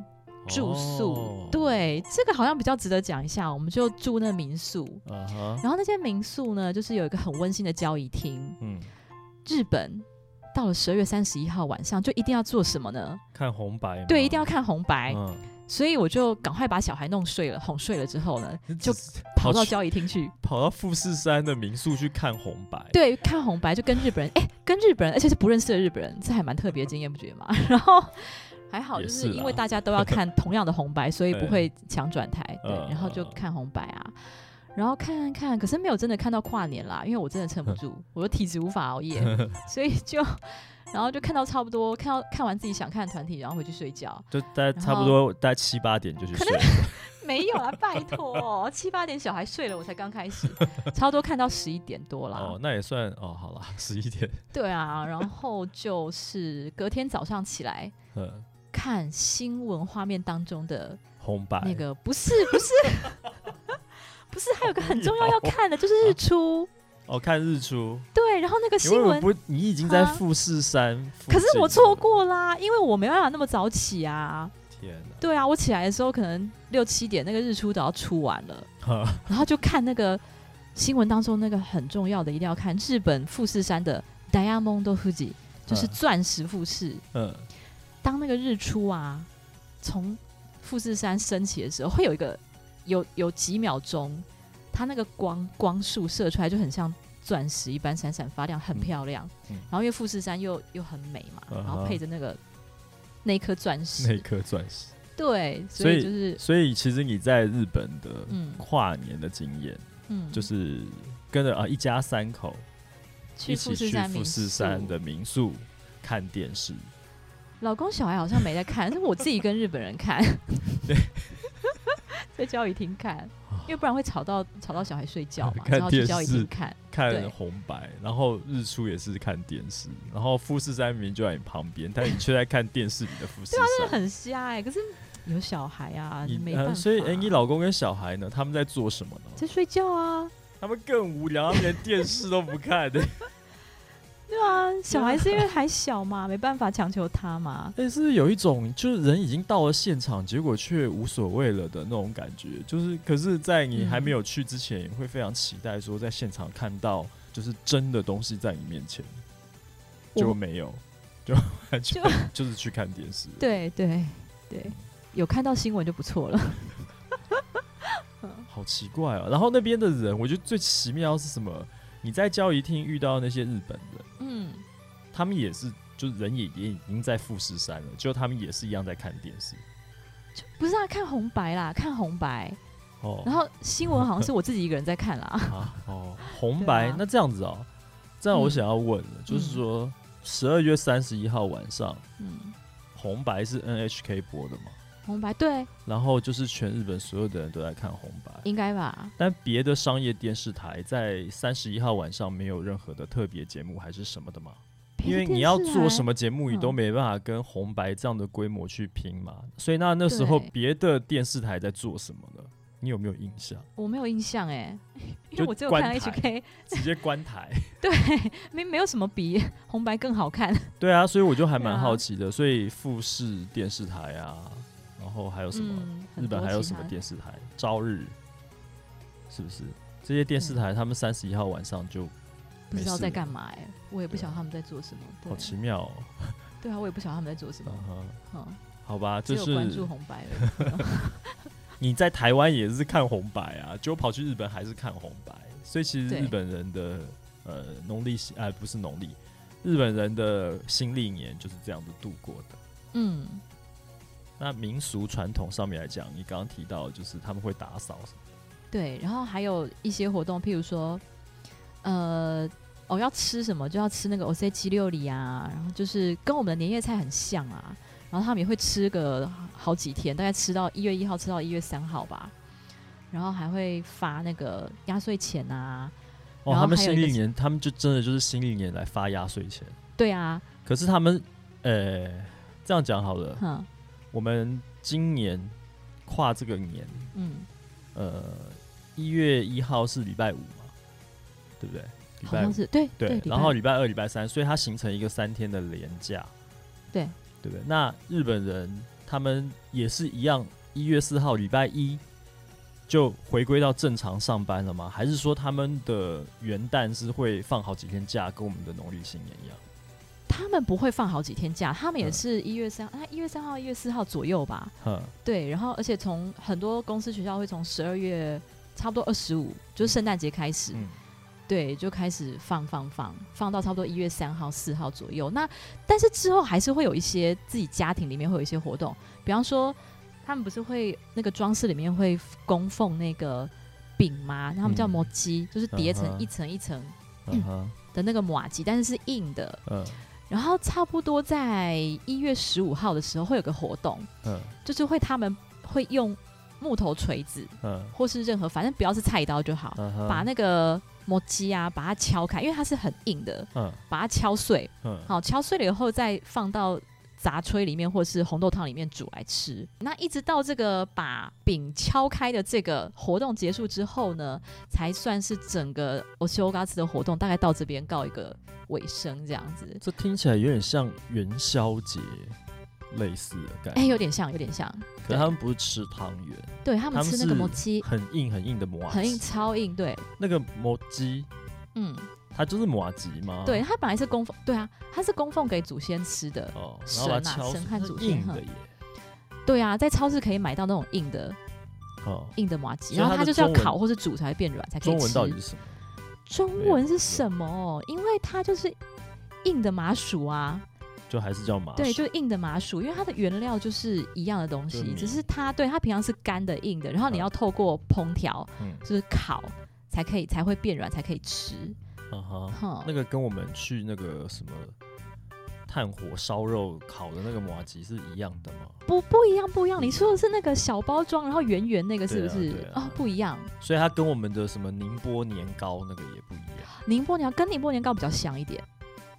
S2: 住宿，
S1: 哦，
S2: 对，这个好像比较值得讲一下。我们就住那民宿，
S1: 啊哈，
S2: 然后那间民宿呢，就是有一个很温馨的交易厅。
S1: 嗯，
S2: 日本到了十二月三十一号晚上，就一定要做什么呢？
S1: 看红白吗，
S2: 对，一定要看红白。
S1: 嗯，
S2: 所以我就赶快把小孩弄睡了，哄睡了之后呢，就跑
S1: 跑
S2: 到
S1: 去
S2: 交易厅去。
S1: 跑到富士山的民宿去看红白，
S2: 对，看红白就跟日本人，哎、跟日本人，而且是不认识的日本人，这还蛮特别的经验，不觉得吗？ [LAUGHS] 然后还好，
S1: 也
S2: 就是是因
S1: 啦
S2: 为大家都要看同样的红白，所以不会抢转台，对，
S1: 嗯
S2: 然后就看红白啊。然后看看看，可是没有真的看到跨年啦，因为我真的撑不住，我的体质无法熬
S1: [LAUGHS]
S2: 夜，所以就，然后就看到差不多，看到看完自己想看的团体，然后回去睡觉。
S1: 就大概
S2: 然
S1: 差不
S2: 后
S1: 多大概七八点就去
S2: 可
S1: 睡
S2: 能
S1: 了，
S2: 没有啊，拜托，七八点小孩睡了，我才刚开始，差不多看到十一点多啦。
S1: 哦，那也算哦，好啦，十一点，
S2: 对啊，然后就是隔天早上起来
S1: 嗯，
S2: 看新闻画面当中的
S1: 红白
S2: 那个，不是不是不是，还有个很重要要看的就是日出。
S1: 哦，看日出，
S2: 对，然后那个
S1: 你为
S2: 新
S1: 什么
S2: 闻，
S1: 不，你已经在
S2: 啊
S1: 富士山附近
S2: 可
S1: 了，
S2: 是我错过啦，因为我没办法那么早起啊。
S1: 天哪，
S2: 对啊，我起来的时候可能六七点，那个日出都要出完
S1: [LAUGHS]
S2: 了，
S1: 哈
S2: 然后就看那个新闻当中那个很重要的，一定要看日本富士山的 Diamond Fuji，就是
S1: 嗯
S2: 钻石富士。
S1: 嗯，
S2: 当那个日出啊，从富士山升起的时候，会有一个有有几秒钟，它那个光光束射出来就很像钻石一般闪闪发亮，很漂亮。
S1: 嗯
S2: 然后因为富士山又又很美嘛，
S1: 嗯哼
S2: 然后配着那个那一颗钻
S1: 那
S2: 石，
S1: 颗钻石，
S2: 对，
S1: 所
S2: 所
S1: 以
S2: 以就是
S1: 所以其实你在日本的
S2: 嗯
S1: 跨年的经验，
S2: 嗯，
S1: 就是跟着啊一家三口一
S2: 去
S1: 起
S2: 富
S1: 去
S2: 士山
S1: 富
S2: 民
S1: 士
S2: 宿
S1: 山
S2: [LAUGHS]
S1: 的 [LAUGHS] 民宿看电视，
S2: 老公小孩好像没在看，但 [LAUGHS] 是我自己跟日本
S1: [LAUGHS]
S2: 人看，
S1: 对，
S2: 在教育厅看，因为不然会吵到吵到小孩睡觉
S1: [LAUGHS]
S2: 嘛，
S1: 看
S2: 然后去教育
S1: 电视
S2: 厅看。对
S1: 看红白，然后日出也是看电视，然后富士山明明就在你旁边，但你却在看电视里的富士山。
S2: 啊很瞎哎、可是有小孩啊，
S1: 你
S2: 没办法。
S1: 呃，所以哎、你老公跟小孩呢？他们在做什么呢？
S2: 在睡觉啊？
S1: 他们更无聊，他们连电视都不看欸的。
S2: 对啊，小孩是因为还小嘛，没办法强求他嘛。
S1: [LAUGHS] 但是有一种就是人已经到了现场，结果却无所谓了的那种感觉，就是可是，在你还
S2: 嗯
S1: 没有去之前，也会非常期待说在现场看到就是真的东西在你面前。
S2: 我
S1: 就没有，就就就是去看电
S2: [LAUGHS]
S1: 视。
S2: 对对对，有看到新闻就不错了。
S1: 好奇怪啊！然后那边的人，我觉得最奇妙是什么？你在交易厅遇到那些日本人，
S2: 嗯，
S1: 他们也是，就是人也也已经在富士山了，就他们也是一样在看电视。
S2: 就不是啊，看红白啦，看红白。
S1: 哦， [LAUGHS]
S2: 然后新闻好像是我自己一个人在看啦。
S1: 啊，哦，红
S2: 对
S1: 白、
S2: 啊
S1: 那这样子哦，这样我
S2: 嗯
S1: 想要问了，就是
S2: 嗯
S1: 说十二月三十一号晚上，
S2: 嗯，
S1: 红白是 NHK 播的嘛？
S2: 红白对，
S1: 然后就是全日本所有的人都在看红白，
S2: 应该吧。
S1: 但别的商业电视台在三十一号晚上没有任何的特别节目还是什么的吗？因为你要做什
S2: 么？
S1: 么节目，你都
S2: 啊嗯
S1: 没办法跟红白这样的规模去拼嘛。所以那那时候
S2: 对
S1: 别的电视台在做什么呢？你有没有印象？
S2: 啊我没有印象哎、因
S1: 就
S2: 为我只有
S1: 观
S2: 看
S1: 台
S2: HK，
S1: 直接关台。
S2: 对，没没有什么比红白更好看。
S1: 对啊，所以我就还
S2: 对
S1: 蛮
S2: 啊
S1: 好奇的。所以富士电视台啊，然后还有什么？
S2: 嗯、
S1: 日
S2: 很
S1: 本
S2: 多
S1: 还有
S2: 其
S1: 什么
S2: 他
S1: 电视台？朝日是不是？这些电视台他们三十一号晚上就
S2: 嗯不
S1: 没
S2: 知道
S1: 事
S2: 在
S1: 了
S2: 干嘛哎、我也不
S1: 对
S2: 晓得
S1: 啊
S2: 他们在做什么。对
S1: 好奇妙哦。
S2: 对啊，我也不晓得他们在做什么
S1: 嗯。哼，
S2: 嗯，
S1: 好吧，
S2: 只
S1: 就
S2: 有关注
S1: 是
S2: 红白
S1: [LAUGHS]
S2: 而已。
S1: 你在台湾也是看红白啊，就跑去日本还是看红白，所以其实
S2: 对
S1: 日本人的呃农历新呃不是农历，日本人的新历年就是这样子度过的。
S2: 嗯，
S1: 那民俗传统上面来讲，你刚刚提到就是他们会打扫什么，
S2: 对，然后还有一些活动，譬如说，呃，哦，要吃什么就要吃那个 O C 七六里啊，然后就是跟我们的年夜菜很像啊，然后他们也会吃个好几天，大概吃到一月一号，吃到一月三号吧，然后还会发那个压岁钱啊，
S1: 哦，
S2: 然后
S1: 他们
S2: 还有
S1: 新
S2: 一个
S1: 历
S2: 是
S1: 年，他们就真的就是新历年来发压岁钱。
S2: 对啊，
S1: 可是他们，呃，这样讲好了，
S2: 哼，
S1: 我们今年跨这个年，
S2: 嗯，
S1: 呃，一月一号是礼拜五嘛，对不对？礼
S2: 好
S1: 拜
S2: 像
S1: 五
S2: 是对
S1: 对，
S2: 礼
S1: 然
S2: 拜
S1: 后
S2: 五
S1: 礼拜二、礼拜三，所以它形成一个三天的连假，
S2: 对
S1: 对不对？那日本人他们也是一样，一月四号礼拜一就回归到正常上班了吗？还是说他们的元旦是会放好几天假，跟我们的农历新年一样？
S2: 他们不会放好几天假，他们也
S1: 嗯
S2: 是一月三，啊，一月三号、一月四号左右吧，
S1: 哼，
S2: 对，然后而且从很多公司学校会从十二月差不多二十五，就是圣诞节开始，
S1: 嗯，
S2: 对，就开始放放放放到差不多一月三号、四号左右。那但是之后还是会有一些自己家庭里面会有一些活动，比方说他们不是会那个装饰里面会供奉那个饼吗？那他们叫
S1: 嗯
S2: 摩鸡，就是叠
S1: 嗯
S2: 成
S1: 哼
S2: 一层一层
S1: 嗯哼，
S2: 的那个马鸡，但是是硬的。
S1: 嗯
S2: 然后差不多在一月十五号的时候会有个活动，
S1: 嗯
S2: 就是会他们会用木头锤子
S1: 嗯
S2: 或是任何，反正不要是菜刀就好，
S1: 嗯哼，
S2: 把那个摩鸡啊，把它敲开，因为它是很硬的，
S1: 嗯
S2: 把它敲碎，
S1: 嗯
S2: 好，敲碎了以后再放到杂炊里面或是红豆汤里面煮来吃。那一直到这个把饼敲开的这个活动结束之后呢，才算是整个 o s h o g a s 的活动大概到这边告一个尾声，这样子。
S1: 这听起来有点像元宵节类似的感觉。
S2: 哎、有点像，有点像，
S1: 可是他们不是吃汤圆，
S2: 对他们
S1: 他们
S2: 吃那个
S1: 是
S2: 摩鸡，
S1: 很硬很硬的麻糬，
S2: 很硬，超硬，对，
S1: 那个摩鸡，
S2: 嗯，
S1: 它就是麻糬吗？
S2: 对，，它本来是供奉，对啊，它是供奉给祖先吃的，
S1: 哦，然
S2: 神
S1: 后把
S2: 啊
S1: 它敲
S2: 神和
S1: 是
S2: 祖先
S1: 硬
S2: 哈
S1: 的耶，
S2: 对啊，在超市可以买到那种硬的
S1: 哦，
S2: 硬的麻
S1: 所
S2: 吉，
S1: 以
S2: 然
S1: 它
S2: 后它
S1: 的
S2: 就是要
S1: 中文
S2: 烤或是煮才会变软，才可以
S1: 中
S2: 吃。
S1: 文到底是什么？
S2: 中文是什么哦？因为它就是硬的麻薯啊，
S1: 就还是叫麻
S2: 对，
S1: 糬
S2: 就是硬的麻薯，因为它的原料就是一样的东
S1: 就是
S2: 西，
S1: 米
S2: 只是它对它平常是干的硬的，然后你
S1: 嗯
S2: 要透过烹调，
S1: 嗯，
S2: 就是烤才可以才会变软，才可以吃。
S1: 啊哈，
S2: 哈
S1: 那，个跟我们去那个什么炭火烧肉烤的那个麻糬是一样的吗？
S2: 不不一样，不一样。你说的是那个小包装，然后圆圆那个是不
S1: 对
S2: 是
S1: 啊对？啊
S2: 哦，不一样。
S1: 所以它跟我们的什么宁波年糕那个也不一样，
S2: 宁波年糕跟宁波年糕比较像一点，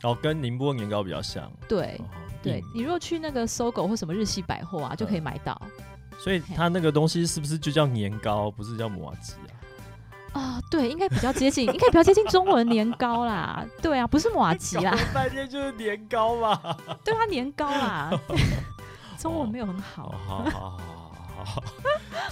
S1: 哦，跟宁波年糕比较像，
S2: 对。
S1: 哦
S2: 对
S1: 硬嗯
S2: 你如果去那个搜狗或什么日系百货啊，就可以买到
S1: 所以它那个东西是不是就叫年糕，不是叫麻糬啊？
S2: 啊、对，应该比较接近，应该比较接近中文年糕啦。对啊，不是马吉啦，
S1: 搞了半天就是年糕嘛。 [LAUGHS]
S2: 对啊，年糕啦。中文没有很好。
S1: 哦好好好好好好好，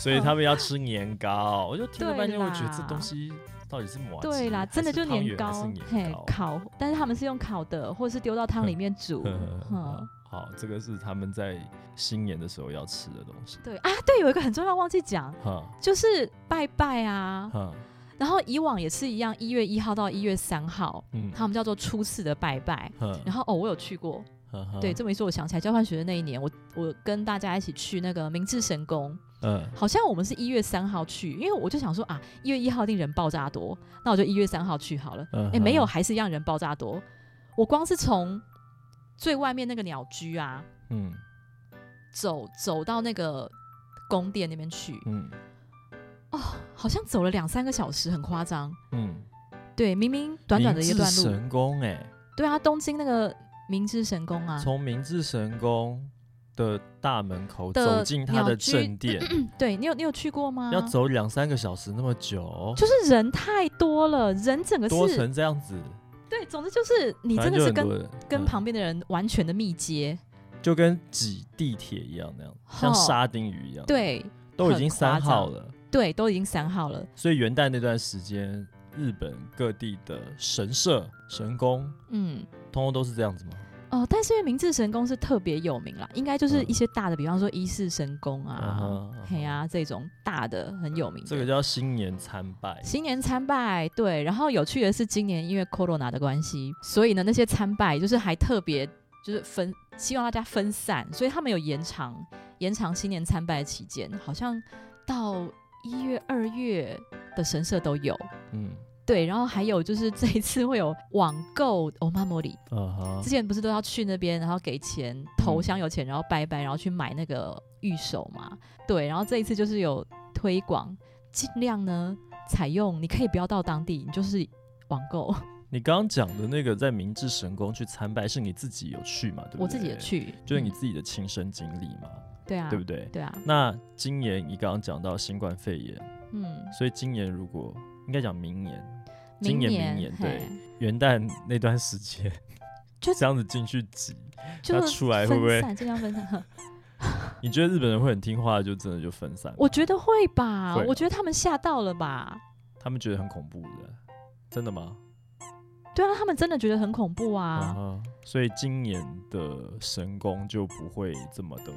S1: 所以他们要吃年糕。我就听了半天，
S2: 对
S1: 我
S2: 啦
S1: 觉得这东西到底是抹
S2: 对啦，真的就
S1: 年
S2: 年糕
S1: 是，
S2: 嘿
S1: 年 [LAUGHS] 糕，。
S2: 烤，但是他们是用烤的，或者是丢到汤里面煮
S1: [LAUGHS]
S2: 嗯，
S1: 好，这个是他们在新年的时候要吃的东西。
S2: 对啊，对，有一个很重要忘记讲，
S1: 哈
S2: 就是拜拜啊。
S1: 哈，
S2: 然后以往也是一样，一月一号到一月三号，
S1: 嗯，
S2: 他们叫做初次的拜拜。
S1: 哼，
S2: 然后哦，我有去过，
S1: 哼哼
S2: 对，，这么一说，我想起来，交换学生那一年，我我跟大家一起去那个明治神宫，
S1: 嗯，
S2: 好像我们是一月三号去，因为我就想说啊，一月一号一定人爆炸多，那我就一月三号去好了。
S1: 嗯
S2: 哎、没有，，还是一样人爆炸多。我光是从最外面那个鸟居啊，
S1: 嗯
S2: 走走到那个宫殿那边去，
S1: 嗯
S2: 好像走了两三个小时，很夸张。
S1: 嗯，
S2: 对，明明短短的一
S1: 明
S2: 段
S1: 治
S2: 路，
S1: 神宫哎，
S2: 对啊，东京那个明治神宫啊，
S1: 从明治神宫的大门口
S2: 的
S1: 走进他
S2: 鸟
S1: 的
S2: 居
S1: 正
S2: [CLEARS THROAT]
S1: 殿，
S2: 对你有你有去过吗？
S1: 要走两三个小时那么久，
S2: 就是人太多了，人整个
S1: 多
S2: 是，
S1: 成这样子，
S2: 对，总之就是你
S1: 反
S2: 真
S1: 正就是
S2: 的
S1: 很
S2: 跟
S1: 多人
S2: 跟
S1: 嗯
S2: 旁边的人完全的密接，
S1: 就跟挤地铁一样那样，像
S2: 哦
S1: 沙丁鱼一样，，
S2: 对
S1: 都已
S2: 很
S1: 经
S2: 夸
S1: 三号
S2: 张
S1: 了，
S2: 对，都已经三号了，
S1: 所以元旦那段时间，日本各地的神社、神宫，
S2: 嗯。
S1: 通通都是这样子吗？
S2: 哦，但是因为明治神宫是特别有名啦，应该就是
S1: 嗯
S2: 一些大的，比方说伊势神宫
S1: 嗯
S2: 啊、
S1: 哼
S2: 嘿，啊这种大的很有名的。
S1: 这个叫新年参拜，
S2: 新年参拜，对。然后有趣的是，今年因为 corona 的关系，所以呢那些参拜就是还特别就是分，希望大家分散，所以他们有延长延长新年参拜的期间，好像到一月、二月的神社都有。
S1: 嗯，
S2: 对，然后还有就是这一次会有网购欧妈莫里，
S1: 啊哈
S2: 之，前不是都要去那边，然后给钱
S1: 嗯
S2: 投香油钱，然后拜拜，然后去买那个玉手嘛？对，然后这一次就是有推广，尽量呢采用，你可以不要到当地，你就是网购。
S1: 你刚刚讲的那个在明治神宫去参拜，是你自己有去嘛？对不对？
S2: 我自己也，去，
S1: 就是你
S2: 嗯
S1: 自己的亲身经历嘛，
S2: 对啊，
S1: 对不对？
S2: 对啊，
S1: 那今年你刚刚讲到新冠肺炎，
S2: 嗯，
S1: 所以今年如果应该讲明年今年明年对
S2: 嘿
S1: 元旦那段时间，
S2: [LAUGHS] 就
S1: 这样子进去挤，
S2: 就
S1: 那
S2: 是
S1: 出来会不会
S2: 分散尽量分散？ [LAUGHS]
S1: 你觉得日本人会很听话，就真的就分散？
S2: 我觉得会吧，
S1: 会哦
S2: 我觉得他们吓到了吧？
S1: 他们觉得很恐怖的，真的吗？
S2: 对啊，他们真的觉得很恐怖
S1: 嗯
S2: 啊。
S1: 哼所以今年的神宫就不会这么的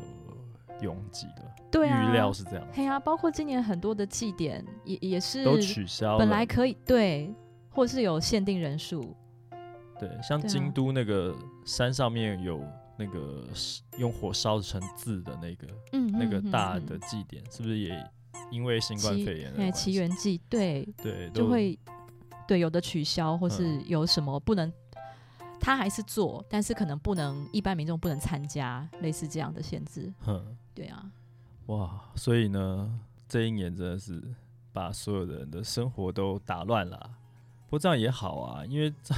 S1: 拥挤了。
S2: 对啊，
S1: 预料是这样，
S2: 嘿啊，包括今年很多的祭典也也是
S1: 都取消了。
S2: 本来可以对，或是有限定人数，
S1: 对，像
S2: 对啊
S1: 京都那个山上面有那个用火烧成字的那个、
S2: 嗯，
S1: 那个
S2: 嗯
S1: 大
S2: 嗯
S1: 的
S2: 嗯
S1: 祭典，是不是也因为新冠
S2: 奇
S1: 肺炎的
S2: 哎
S1: 关
S2: 奇
S1: 系？
S2: 缘记对，
S1: 对，
S2: 就
S1: 都
S2: 会对有的取消，或是
S1: 嗯
S2: 有什么不能，他还是做，但是可能不能一般民众不能参加，类似这样的限制，
S1: 哼
S2: 对啊，
S1: 哇，所以呢，这一年真的是把所有的人的生活都打乱了啊。不过这样也好啊，因为 [LAUGHS] 这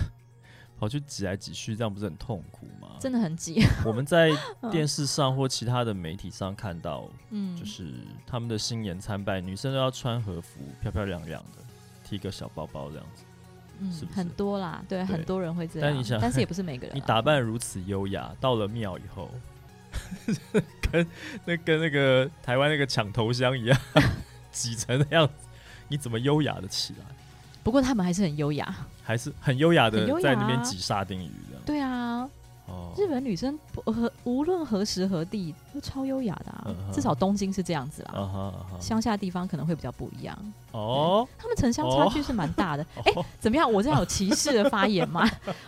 S1: 跑去挤来挤去，这样不是很痛苦吗？
S2: 真的很挤，
S1: 我们在电视上或其他的媒体上看到，
S2: 嗯，
S1: 就是他们的新年参拜，女生都要穿和服，漂漂亮亮的，提个小包包这样子。
S2: 嗯
S1: 是不是
S2: 很多啦，对，很
S1: 对
S2: 多人会这
S1: 但
S2: 样
S1: 你想，
S2: 但是
S1: [LAUGHS]
S2: 也不是每个人
S1: 你
S2: 啊，
S1: 打扮如此优雅，到了庙以后，跟那跟那个台湾那个抢头香一样，挤成那样子，你怎么优雅的起来？
S2: 不过他们还是很优
S1: [LAUGHS]
S2: 雅，
S1: 还是很优雅
S2: 很
S1: 的
S2: 优
S1: 在
S2: 雅
S1: 那边
S2: 啊
S1: 挤沙丁鱼这样。
S2: 对啊，
S1: 哦，
S2: 日本女生不和无论何时何地都超优雅的啊
S1: 嗯哼，
S2: 至少东京是这样子啦，
S1: 啊哈啊哈，
S2: 乡下地方可能会比较不一样，
S1: 哦，
S2: 他们城乡
S1: 哦
S2: 差距是蛮大的。哎、
S1: 哦
S2: 怎么样？我这样有歧视的发言
S1: [LAUGHS]
S2: 吗？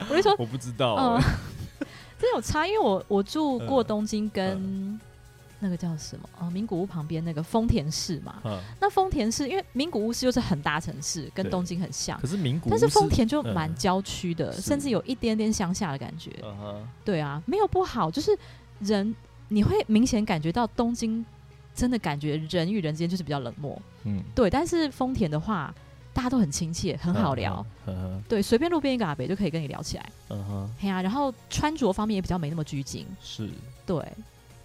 S2: 我就说，
S1: 我不知道
S2: 嗯 [LAUGHS]
S1: 欸，
S2: 真有差，因为我我住过
S1: 嗯
S2: 东京跟那个叫什么呃名古屋旁边那个丰田市嘛。
S1: 嗯，
S2: 那丰田市因为名古屋市又是很大城市，跟
S1: 对
S2: 东京很像
S1: 可，是名古屋
S2: 但是丰田就
S1: 嗯
S2: 蛮郊区的，
S1: 是
S2: 甚至有一点点乡下的感觉。
S1: 啊哈，
S2: 对啊，没有不好，就是人你会明显感觉到东京真的感觉人与人之间就是比较冷漠。
S1: 嗯，
S2: 对，但是丰田的话，大家都很亲切，很好聊。
S1: 嗯哼，
S2: 对，随便路边一个阿北就可以跟你聊起来。
S1: 嗯哼，
S2: 嘿啊，然后穿着方面也比较没那么拘谨。
S1: 是
S2: 对，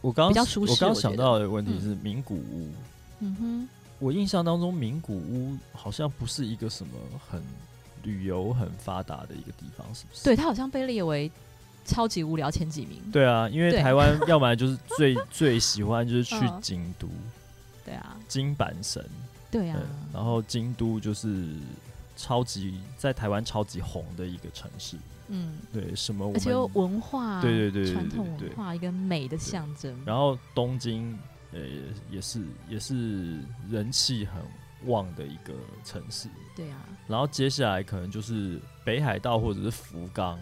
S1: 我刚
S2: 比较舒适
S1: 我刚刚
S2: 我觉
S1: 想
S2: 得
S1: 到的问题
S2: 嗯
S1: 是名古屋，
S2: 嗯哼，
S1: 我印象当中名古屋好像不是一个什么很旅游很发达的一个地方，是不是？
S2: 对他好像被列为超级无聊前几名。
S1: 对啊，因为
S2: 对 [LAUGHS]
S1: 台湾要不然就是最最喜欢就是去
S2: 嗯
S1: 京都，
S2: 对啊，
S1: 金板神，
S2: 对啊
S1: 对，，然后京都就是超级在台湾超级红的一个城市，
S2: 嗯，
S1: 对，什么我
S2: 而且有
S1: 们，
S2: 文化，
S1: 对对对对
S2: 传
S1: 对
S2: 统
S1: 对
S2: 文化一个美的象征。
S1: 然后东京，呃，也是也是人气很旺的一个城市，
S2: 对啊，
S1: 然后接下来可能就是北海道或者是福冈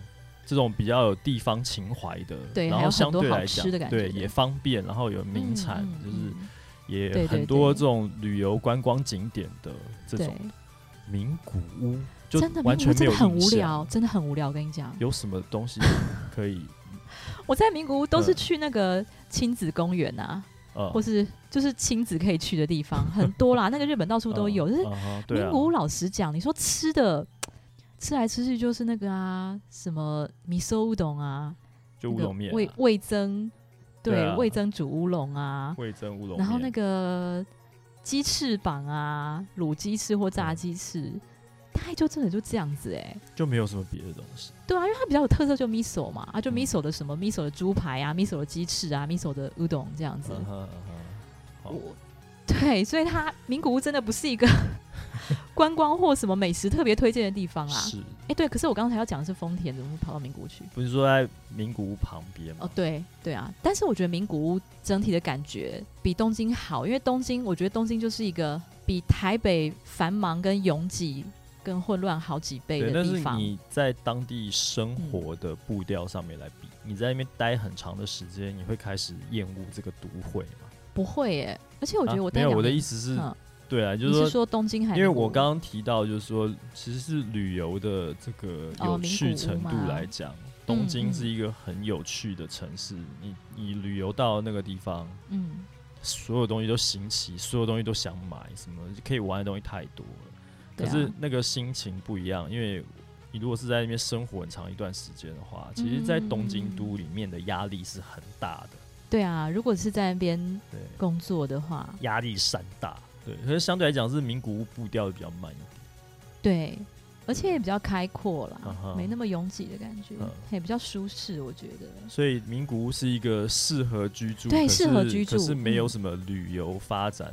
S1: 这种比较有地方情怀的，
S2: 对
S1: 然
S2: 还
S1: 后
S2: 有
S1: 相
S2: 很多
S1: 对
S2: 好
S1: 来讲
S2: 吃的，感觉
S1: 对
S2: 的
S1: 也方便，然后有名产，
S2: 嗯嗯
S1: 就是
S2: 嗯
S1: 也
S2: 对
S1: 很
S2: 对
S1: 多
S2: 对
S1: 这种旅游观光景点的这种
S2: 对，
S1: 名古屋，就
S2: 真的
S1: 完
S2: 名古
S1: 全
S2: 屋
S1: 没
S2: 真
S1: 有
S2: 的很
S1: 印
S2: 无
S1: 象
S2: 聊，真的很无聊。我跟你讲，
S1: 有什么东西可以
S2: 我在名古屋都是
S1: 嗯
S2: 去那个亲子公园啊， [LAUGHS]
S1: 呃
S2: 或是就是亲子可以去的地方很多
S1: [LAUGHS]
S2: 啦，那个日本到处都有。
S1: 嗯
S2: 但是 [LAUGHS]
S1: 嗯哼对
S2: 名
S1: 啊
S2: 古屋老实讲，你说吃的。吃来吃去就是那个啊，什么米寿乌冬啊，
S1: 就乌
S2: 那个
S1: 龙面啊、
S2: 味味增，对，
S1: 对啊
S2: 味增煮乌龙啊，
S1: 味增乌龙面，
S2: 然后那个鸡翅膀啊，卤鸡翅或炸鸡翅，大概就真的就这样子哎、
S1: 就没有什么别的东西，
S2: 对啊，因为它比较有特色就 miso 嘛，啊就
S1: 嗯
S2: miso 的什么 miso 的猪排啊，miso 的鸡翅啊，miso 的乌冬这样子。
S1: 嗯哼嗯哼好
S2: 我对，所以它 [LAUGHS] 名古屋真的不是一个 [LAUGHS] 观光或什么美食特别推荐的地方啦。
S1: 是
S2: 哎、对，可是我刚才要讲的是丰田，怎么会跑到名古屋去？
S1: 不是说在名古屋旁边吗？
S2: 哦，对对啊，但是我觉得名古屋整体的感觉比东京好，因为东京我觉得东京就是一个比台北繁忙跟拥挤跟混乱好几倍
S1: 对，
S2: 的
S1: 但
S2: 地
S1: 是
S2: 方。
S1: 你在当地生活的步调上面来比，
S2: 嗯
S1: 你在那边待很长的时间，你会开始厌恶这个都会吗？
S2: 不会耶，而且我觉得
S1: 啊
S2: 我、
S1: 没有我的意
S2: 思
S1: 思是，
S2: 嗯
S1: 对啊，就
S2: 你
S1: 说，
S2: 是说东京还
S1: 因为
S2: 是名古
S1: 我
S2: 屋
S1: 刚刚提到，就是说，其实是旅游的这个
S2: 哦
S1: 有
S2: 名
S1: 趣
S2: 古屋
S1: 程度
S2: 嘛
S1: 来讲，东京
S2: 嗯
S1: 是一个很有趣的城市。你你旅游到那个地方，
S2: 嗯
S1: 所有东西都新奇，所有东西都想买，什么可以玩的东西太多了。
S2: 对
S1: 可
S2: 啊
S1: 是那个心情不一样，因为你如果是在那边生活很长一段时间的话，其实，在东京都里面的压力是很大的，
S2: 对啊，如果是在那边
S1: 对，
S2: 工作的话，
S1: 压力山大。对，可是相对来讲是名古屋步调比较慢一点。
S2: 对，而且也比较开阔啦，
S1: 嗯哼
S2: 没那么拥挤的感觉，
S1: 嗯
S2: 也比较舒适，我觉得。
S1: 所以名古屋是一个适合居住，
S2: 对
S1: 可是
S2: 适合居住
S1: 可是没有
S2: 嗯
S1: 什么旅游发展，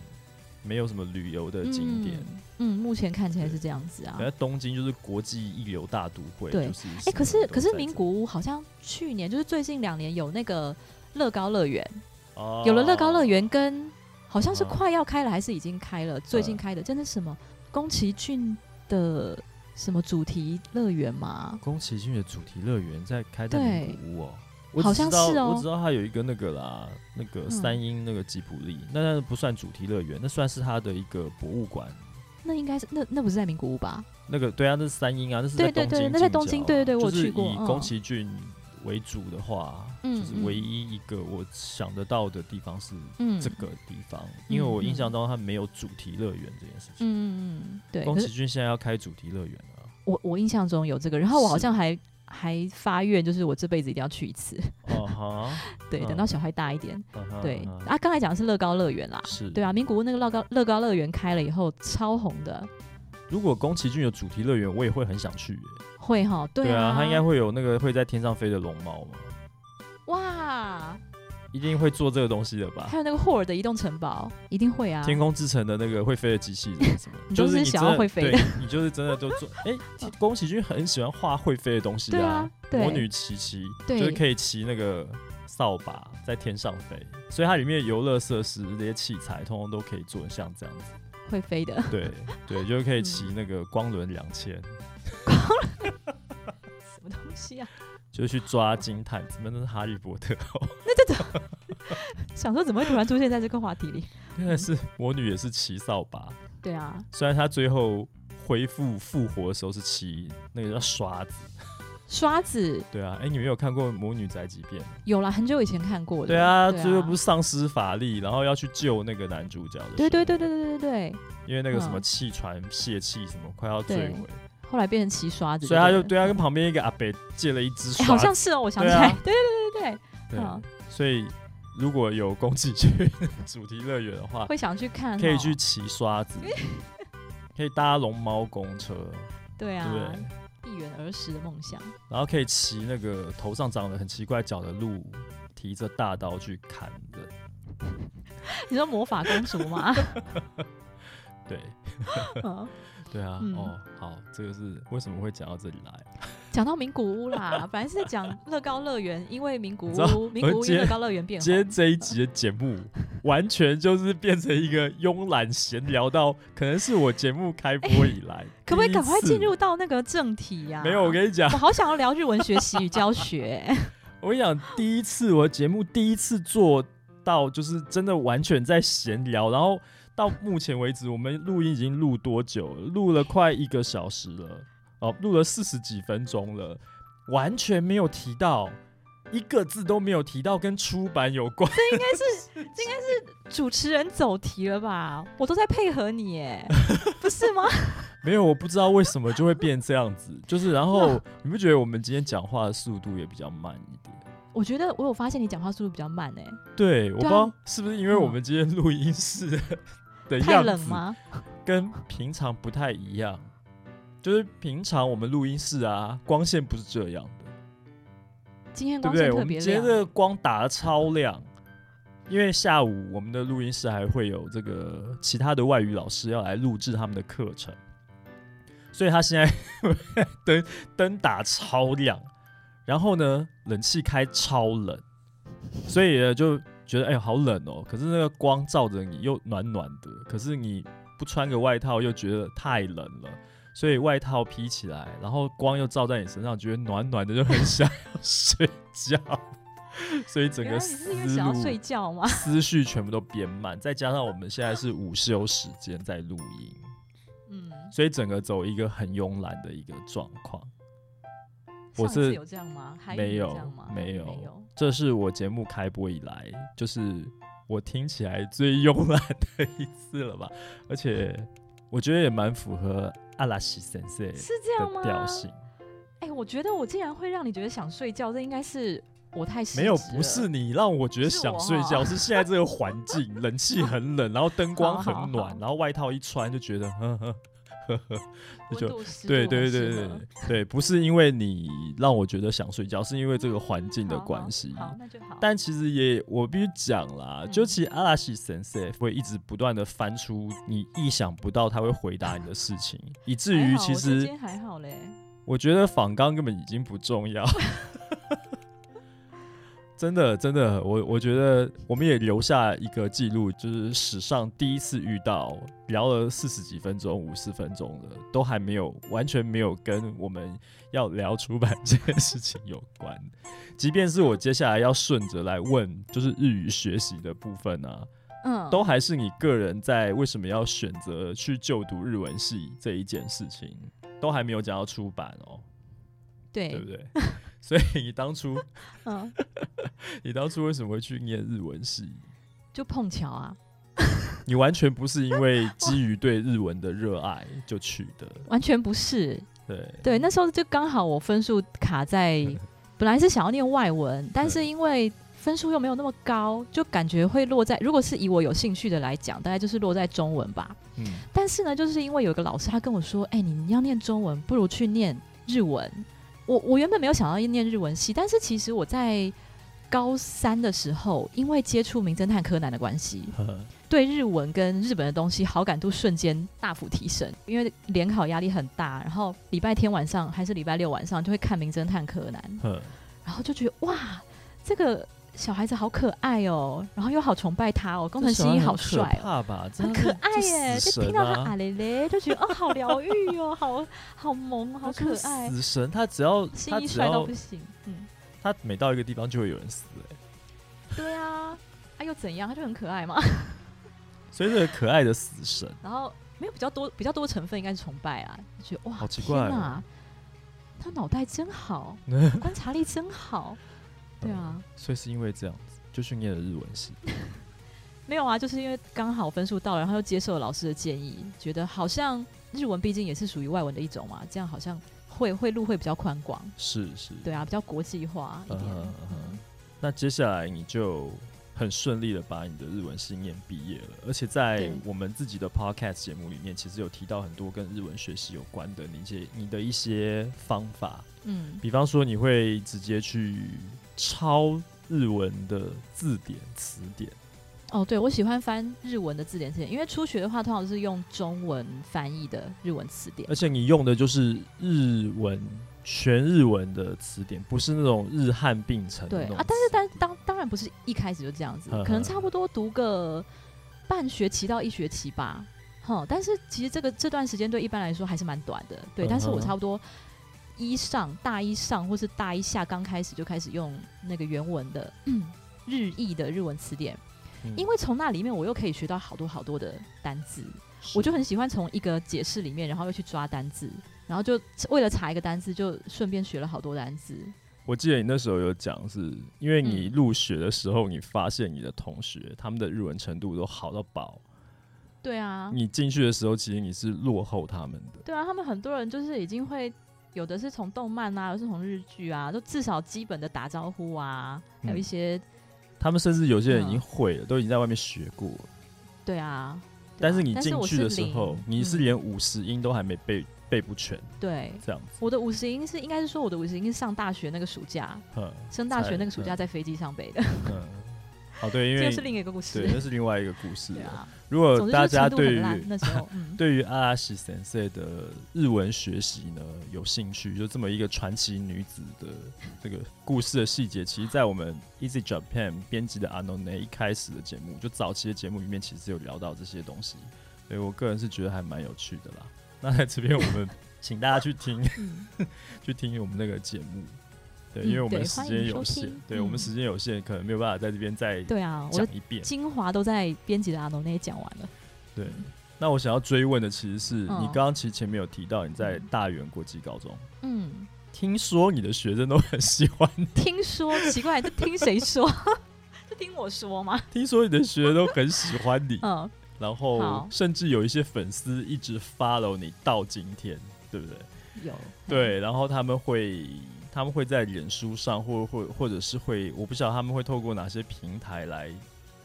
S1: 没有什么旅游的景点。
S2: 嗯嗯，目前看起来是这样子啊。
S1: 可是东京就是国际一流大都会，
S2: 对
S1: 就是
S2: 哎、
S1: 什
S2: 可
S1: 么
S2: 是
S1: 都
S2: 可是
S1: 在
S2: 名
S1: 这
S2: 古屋好像去年就是最近两年有那个乐高乐园，
S1: 哦
S2: 有了乐高乐园跟好像是
S1: 嗯
S2: 快要开了还是已经开了，最近开的，真的什么宫崎骏的什么主题乐园吗？
S1: 宫崎骏的主题乐园在开在
S2: 对
S1: 名古屋哦。我
S2: 好
S1: 只知
S2: 像
S1: 道
S2: 是哦
S1: 我只知道它有一个那个啦，那个
S2: 嗯
S1: 三英那个吉卜力，那那不算主题乐园，那算是它的一个博物馆。
S2: 那应该是那那不是在名古屋吧？
S1: 那个对啊，那是三英啊，那是
S2: 对对
S1: 东
S2: 对
S1: 京
S2: 那在
S1: 近
S2: 东京
S1: 郊啊
S2: 对对对我
S1: 就是
S2: 去过
S1: 以
S2: 嗯
S1: 宫崎骏为主的话，
S2: 嗯
S1: 就是
S2: 嗯
S1: 唯一一个我想得到的地方是
S2: 嗯，
S1: 这个地方，因为我印象中它没有主题乐园这件事情。
S2: 嗯嗯嗯，对。
S1: 宫
S2: 可
S1: 崎
S2: 是
S1: 骏现在要开主题乐园了啊。
S2: 我我印象中有这个，然后我好
S1: 是
S2: 像还还发愿，就是我这辈子一定要去一次。
S1: 哦哈，
S2: 对，等
S1: 嗯
S2: 到小孩大一点。
S1: 嗯哼
S2: 对
S1: 嗯哼
S2: 啊，刚才讲的是乐高乐园啦。
S1: 是
S2: 对啊，名古屋那个乐高乐高乐园开了以后超红的，
S1: 如果宫崎骏有主题乐园，我也会很想去耶。
S2: 会哈，对
S1: 啊，
S2: 啊，
S1: 他应该会有那个会在天上飞的龙猫嘛，啊
S2: 哇，
S1: 一定会做这个东西的吧
S2: 还？有那个霍尔的移动城堡，一定会啊。，
S1: 天空之城的那个会飞的机器人什么
S2: 你
S1: 就
S2: 都是
S1: 你
S2: 想
S1: 真
S2: 要会飞的
S1: 对，你就是真的都
S2: [LAUGHS]
S1: 做。哎、宫崎骏很喜欢画会飞的东西
S2: 对
S1: 啊
S2: 啊，对
S1: 魔女琪琪
S2: 对
S1: 就是可以骑那个扫把在天上飞，所以它里面游乐设施这些器材通通都可以做得像这样子。
S2: 会飞的，
S1: 对对，就是可以骑那个光轮两千，
S2: 什么东西啊？
S1: 就是去抓金探子，那那是哈利波特哦。
S2: 想说怎么会突然出现在这个话题里？
S1: 但是魔女也是骑扫把，
S2: 对啊，
S1: 虽然她最后恢复复活的时候是骑那个叫刷子，
S2: 刷子
S1: 对啊，哎、你没有看过《魔女宅急便》吗？
S2: 有啦，很久以前看过的。
S1: 对啊，
S2: 对
S1: 最后不
S2: 是。
S1: 是丧失法力，然后要去救那个男主角的，
S2: 对对对，对对对对，
S1: 因为那个什么
S2: 嗯
S1: 气船泄气什么快要坠毁，
S2: 后来变成骑刷子，
S1: 所以他就
S2: 对
S1: 对
S2: 了
S1: 他跟旁边一个阿伯借了一只刷
S2: 哎好像
S1: 子，
S2: 是哦，我想起
S1: 对
S2: 来
S1: 啊，
S2: 对对对对对，
S1: 对啊
S2: 嗯，
S1: 所以如果有宫崎骏主题乐园的话，
S2: 会想哦去看，
S1: 可以去，骑刷
S2: [LAUGHS]
S1: 子，可以搭龙猫公车，
S2: 对
S1: 对
S2: 啊
S1: 不，对？
S2: 一圆儿时的梦想，
S1: 然后可以骑那个头上长得很奇怪角的鹿，提着大刀去砍人。
S2: 你说魔法公主吗？
S1: 对
S2: 嗯
S1: 对啊，
S2: 嗯
S1: 哦，好，这个是为什么会讲到这里来？
S2: 讲到名古屋啦，本来是在讲乐高乐园，因为名古
S1: 你知道
S2: 屋，名古屋因
S1: 今天
S2: 为乐高乐园变
S1: 今天
S2: 红。
S1: 这一集的节目完全就是变成一个慵懒闲聊到，可能是我节目开播以来，
S2: [LAUGHS] 可不可以
S1: 第一
S2: 赶快
S1: 次
S2: 进入？到那个正题呀、
S1: 没有，我跟你讲
S2: 我，好想要聊日文学习与教学。
S1: 我跟你讲，第一次我的节目第一次做到，就是真的完全在闲聊，然后到目前为止，我们录音已经录多久了？录了快一个小时了，哦，录了四十几分钟了，完全没有提到。一个字都没有提到跟出版有关，
S2: 主持人走题了吧？我都在配合你，哎，不是吗？
S1: [LAUGHS] 没有，我不知道为什么就会变这样子。就是，然后你不觉得我们今天讲话的速度也比较慢一点？
S2: 我觉得我有发现你讲话速度比较慢，哎，
S1: 对，我不知道
S2: 对
S1: 是不是因为我们今天录音室的的
S2: 太
S1: 呃样
S2: 冷
S1: 子
S2: 吗？
S1: 跟平常不太一样，就是平常我们录音室啊，光线不是这样的，
S2: 今天
S1: 对
S2: 光
S1: 不对？
S2: 线
S1: 我
S2: 特
S1: 们
S2: 别
S1: 今天
S2: 亮
S1: 这，个光打的超亮，因为下午我们的录音室还会有这个其他的外语老师要来录制他们的课程，所以他现在 [LAUGHS] 灯灯打超亮，然后呢，冷气开超冷，所以呢就觉得哎、好冷哦。可是那个光照着你又暖暖的，可是你不穿个外套又觉得太冷了。所以外套披起来，然后光又照在你身上，觉得暖暖的，就很想要 [LAUGHS] 睡觉。所以整
S2: 原
S1: 个
S2: 来你是因为
S1: 思
S2: 想要
S1: 路、
S2: 睡觉吗？
S1: 思绪全部都变慢，再加上我们现在是午休时间在录音，
S2: 嗯，
S1: 所以整个走一个很慵懒的一个状况。我
S2: 上次
S1: 是
S2: 有这样吗？还
S1: 没有
S2: 这样吗？
S1: 没有
S2: 没有。
S1: 这是我节目开播以来，就是我听起来最慵懒的一次了吧？而且我觉得也蛮符合阿拉西先生
S2: 是这样
S1: 的
S2: 吗？
S1: 调性。
S2: 哎、我觉得我竟然会让你觉得想睡觉，这应该是我太失
S1: 没有，
S2: 职
S1: 不
S2: 了
S1: 是你让我觉得
S2: 是
S1: 想
S2: 我啊
S1: 睡觉，是现在这个环
S2: [LAUGHS]
S1: 境，冷气很冷，然后灯光
S2: 好
S1: 很
S2: 好
S1: 暖，
S2: 好
S1: 然后外套一穿就觉得，嗯呵呵呵呵，
S2: 温
S1: 就
S2: 度湿
S1: 对
S2: 度
S1: 对对
S2: 很适
S1: 对
S2: 合
S1: 对对，不是因为你让我觉得想睡觉，是因为这个环境的
S2: 好好
S1: 关系。
S2: 好，那就好。
S1: 但其实也我必须讲啦，
S2: 嗯
S1: 就其实阿拉西神社会一直不断的翻出你意想不到他会回答你的事情，以至
S2: 还
S1: 于
S2: 好
S1: 其
S2: 我今
S1: 实
S2: 天还好嘞，
S1: 我觉得仿纲根本已经不重要。 [LAUGHS] 真的，真的，我我觉得我们也留下一个记录，就是史上第一次遇到聊了四十几分钟、五十分钟的，都还没有完全没有跟我们要聊出版这件事情有关。即便是我接下来要顺着来问，就是日语学习的部分啊，
S2: 嗯，
S1: 都还是你个人在为什么要选择去就读日文系这一件事情，都还没有讲到出版哦，对
S2: 对
S1: 不，对？
S2: 哎
S1: [LAUGHS] 所以你当初，
S2: 嗯，
S1: 你当初为什么会去念日文系？
S2: 就碰巧啊，
S1: 你完全不是因
S2: [LAUGHS]
S1: 为基于对日文的热爱就去的，
S2: 完全不是。
S1: 对
S2: 对，那时候就刚好我分数
S1: [LAUGHS]
S2: 卡在，本来是想要念外文，但是
S1: 嗯
S2: 因为分数又没有那么高，就感觉会落在，如果是以我有兴趣的来讲，大概就是落在中文吧。
S1: 嗯，
S2: 但是呢，就是因为有一个老师他跟我说，哎、你要念中文，不如去念日文。我我原本没有想要念日文系，但是其实我在高三的时候，因为接触《名侦探柯南》的关系，
S1: 呵
S2: 对日文跟日本的东西好感度瞬间大幅提升，因为联考压力很大，然后礼拜天晚上还是礼拜六晚上就会看《名侦探柯南》，
S1: 呵，
S2: 然后就觉得哇，这个小孩子好可爱哦，然后又好崇拜他哦，工藤新一好帅
S1: 这小孩很可
S2: 哦。
S1: 怕吧？
S2: 很
S1: 这
S2: 可爱
S1: 这
S2: 耶！
S1: 死
S2: 就听
S1: 神
S2: 到他
S1: 啊
S2: 啊，嘞嘞，就觉得哦，好疗愈哦， [LAUGHS] 好好萌，好
S1: 这
S2: 可
S1: 是
S2: 爱，
S1: 死神他只要他
S2: 新一
S1: 只
S2: 帅到
S1: 要
S2: 不行。嗯，
S1: 他每到一个地方就会有人死、欸，
S2: 对啊，啊又怎样？他就很可爱嘛。 [LAUGHS]
S1: 所以这个可爱的死神。
S2: 然后没有比较多比较多成分应该是崇拜啊，就觉得哇，
S1: 好奇怪哦
S2: 天哪，他脑袋真好，
S1: [LAUGHS]
S2: 观察力真好。
S1: 嗯
S2: 对啊，
S1: 所以是因为这样子，就去念了日文系。
S2: 没有啊，就是因为刚好分数到了，然后又接受了老师的建议，觉得好像日文毕竟也是属于外文的一种嘛，这样好像会会路会比较宽广。
S1: 是是，
S2: 对啊，比较国际化一
S1: 嗯
S2: 点。
S1: 哼嗯哼
S2: 嗯
S1: 那接下来你就很顺利的把你的日文系念毕业了，而且在
S2: 对
S1: 我们自己的 podcast 节目里面，其实有提到很多跟日文学习有关的你一些你的一些方法，
S2: 嗯，
S1: 比方说你会直接去抄日文的字典词典，
S2: 哦，对，我喜欢翻日文的字典词典，因为初学的话通常是用中文翻译的日文词典
S1: 而。且你用的就是日文全日文的词典，不是那种日汉并成的
S2: 对
S1: 那种
S2: 啊，但是但当当然不是一开始就这样子
S1: 呵呵，
S2: 可能差不多读个半学期到一学期吧。哈，但是其实这个这段时间对一般来说还是蛮短的，对。
S1: 嗯哼
S2: 但是我差不多一上大一上或是大一下刚开始就开始用那个原文的、嗯日译的日文词典，
S1: 嗯
S2: 因为从那里面我又可以学到好多好多的单字，我就很喜欢从一个解释里面，然后又去抓单字，然后就为了查一个单字，就顺便学了好多单字。
S1: 我记得你那时候有讲，是因为
S2: 嗯
S1: 你入学的时候，你发现你的同学、他们的日文程度都好到爆，
S2: 对啊，
S1: 你进去的时候其实你是落后他们的。
S2: 对啊，他们很多人就是已经会，有的是从动漫啊，有的是从日剧啊，就至少基本的打招呼啊，还有
S1: 嗯
S2: 一些、
S1: 他们甚至有些人已经
S2: 嗯
S1: 会了，都已经在外面学过了。
S2: 对啊。对啊
S1: 但是你进
S2: 我
S1: 去
S2: 是
S1: 的时候，
S2: 零
S1: 你是
S2: 嗯
S1: 连五十音都还没背背不全，
S2: 对
S1: 这样子。
S2: 我的五十音是应该是说我的五十音是上大学那个暑假， [LAUGHS]
S1: 嗯
S2: 升大
S1: 才
S2: 学那个暑假
S1: 嗯
S2: 在飞机上背的，
S1: 嗯，哦对，因
S2: [LAUGHS] 这
S1: 为
S2: 又是另一个故事
S1: 对，。那是另外一个故事
S2: 对
S1: 了。
S2: 啊，
S1: 如
S2: 总
S1: 果
S2: 之
S1: 大
S2: 就是
S1: 家
S2: 程度
S1: 对
S2: 很烂
S1: 于
S2: 那时候，嗯，
S1: 对于阿拉西先生的日文学习呢有兴趣，就这么一个传奇女子
S2: [LAUGHS]
S1: 的这个故事的细节，其实，在我们 Easy Japan 编辑的阿诺内一开始的节目，就早期的节目里面，其实有聊到这些东西，所以我个人是觉得还蛮有趣的啦。那在这边，我
S2: [LAUGHS]
S1: 们请大家去听，
S2: 嗯
S1: [LAUGHS] 去听我们那个节目。对，
S2: 嗯
S1: 因为我们
S2: 对
S1: 时
S2: 欢
S1: 间
S2: 迎
S1: 有
S2: 收
S1: 限
S2: 听，
S1: 对我们
S2: 嗯
S1: 时间有限，可能没有办法在这边再
S2: 对啊，我
S1: 讲
S2: 的
S1: 一遍。
S2: 精华都在编辑的阿农那里讲完了。
S1: 对，那我想要追问的其实是、
S2: 嗯
S1: 你刚刚其实前面有提到你在大原国际高中，
S2: 嗯，
S1: 听说你的学生都很喜欢 [LAUGHS] 你，
S2: 听说奇怪，这听谁 [LAUGHS] 说？是听我说吗？
S1: 听说你的学生都很喜欢你，
S2: 嗯，
S1: 然后
S2: 好
S1: 甚至有一些粉丝一直 follow 你到今天，对不对？
S2: 有。嗯
S1: 对，然后他们会他们会在脸书上，或或或者是会，我不晓得他们会透过哪些平台来，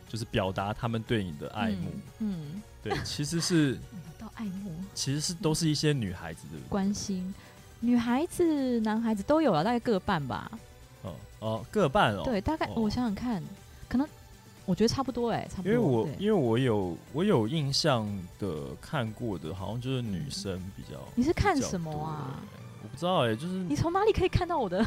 S1: 就是表达他们对你的爱慕。
S2: 嗯，嗯，
S1: 对，其实是
S2: 到爱慕、
S1: 其实是都是一些女孩子，对
S2: [LAUGHS]
S1: 不对？
S2: 关心，女孩子、男孩子都有了，大概各半吧。
S1: 哦哦，各半哦。
S2: 对，大概、
S1: 哦
S2: 我想想看，可能我觉得差不多哎、差不
S1: 因
S2: 多。
S1: 为我
S2: 对
S1: 因为我有我有印象的看过的，好像就是女生比较。
S2: 你是嗯看
S1: 比较
S2: 什么
S1: 多
S2: 啊
S1: 欸？我不知道哎、就是
S2: 你从哪里可以看到我的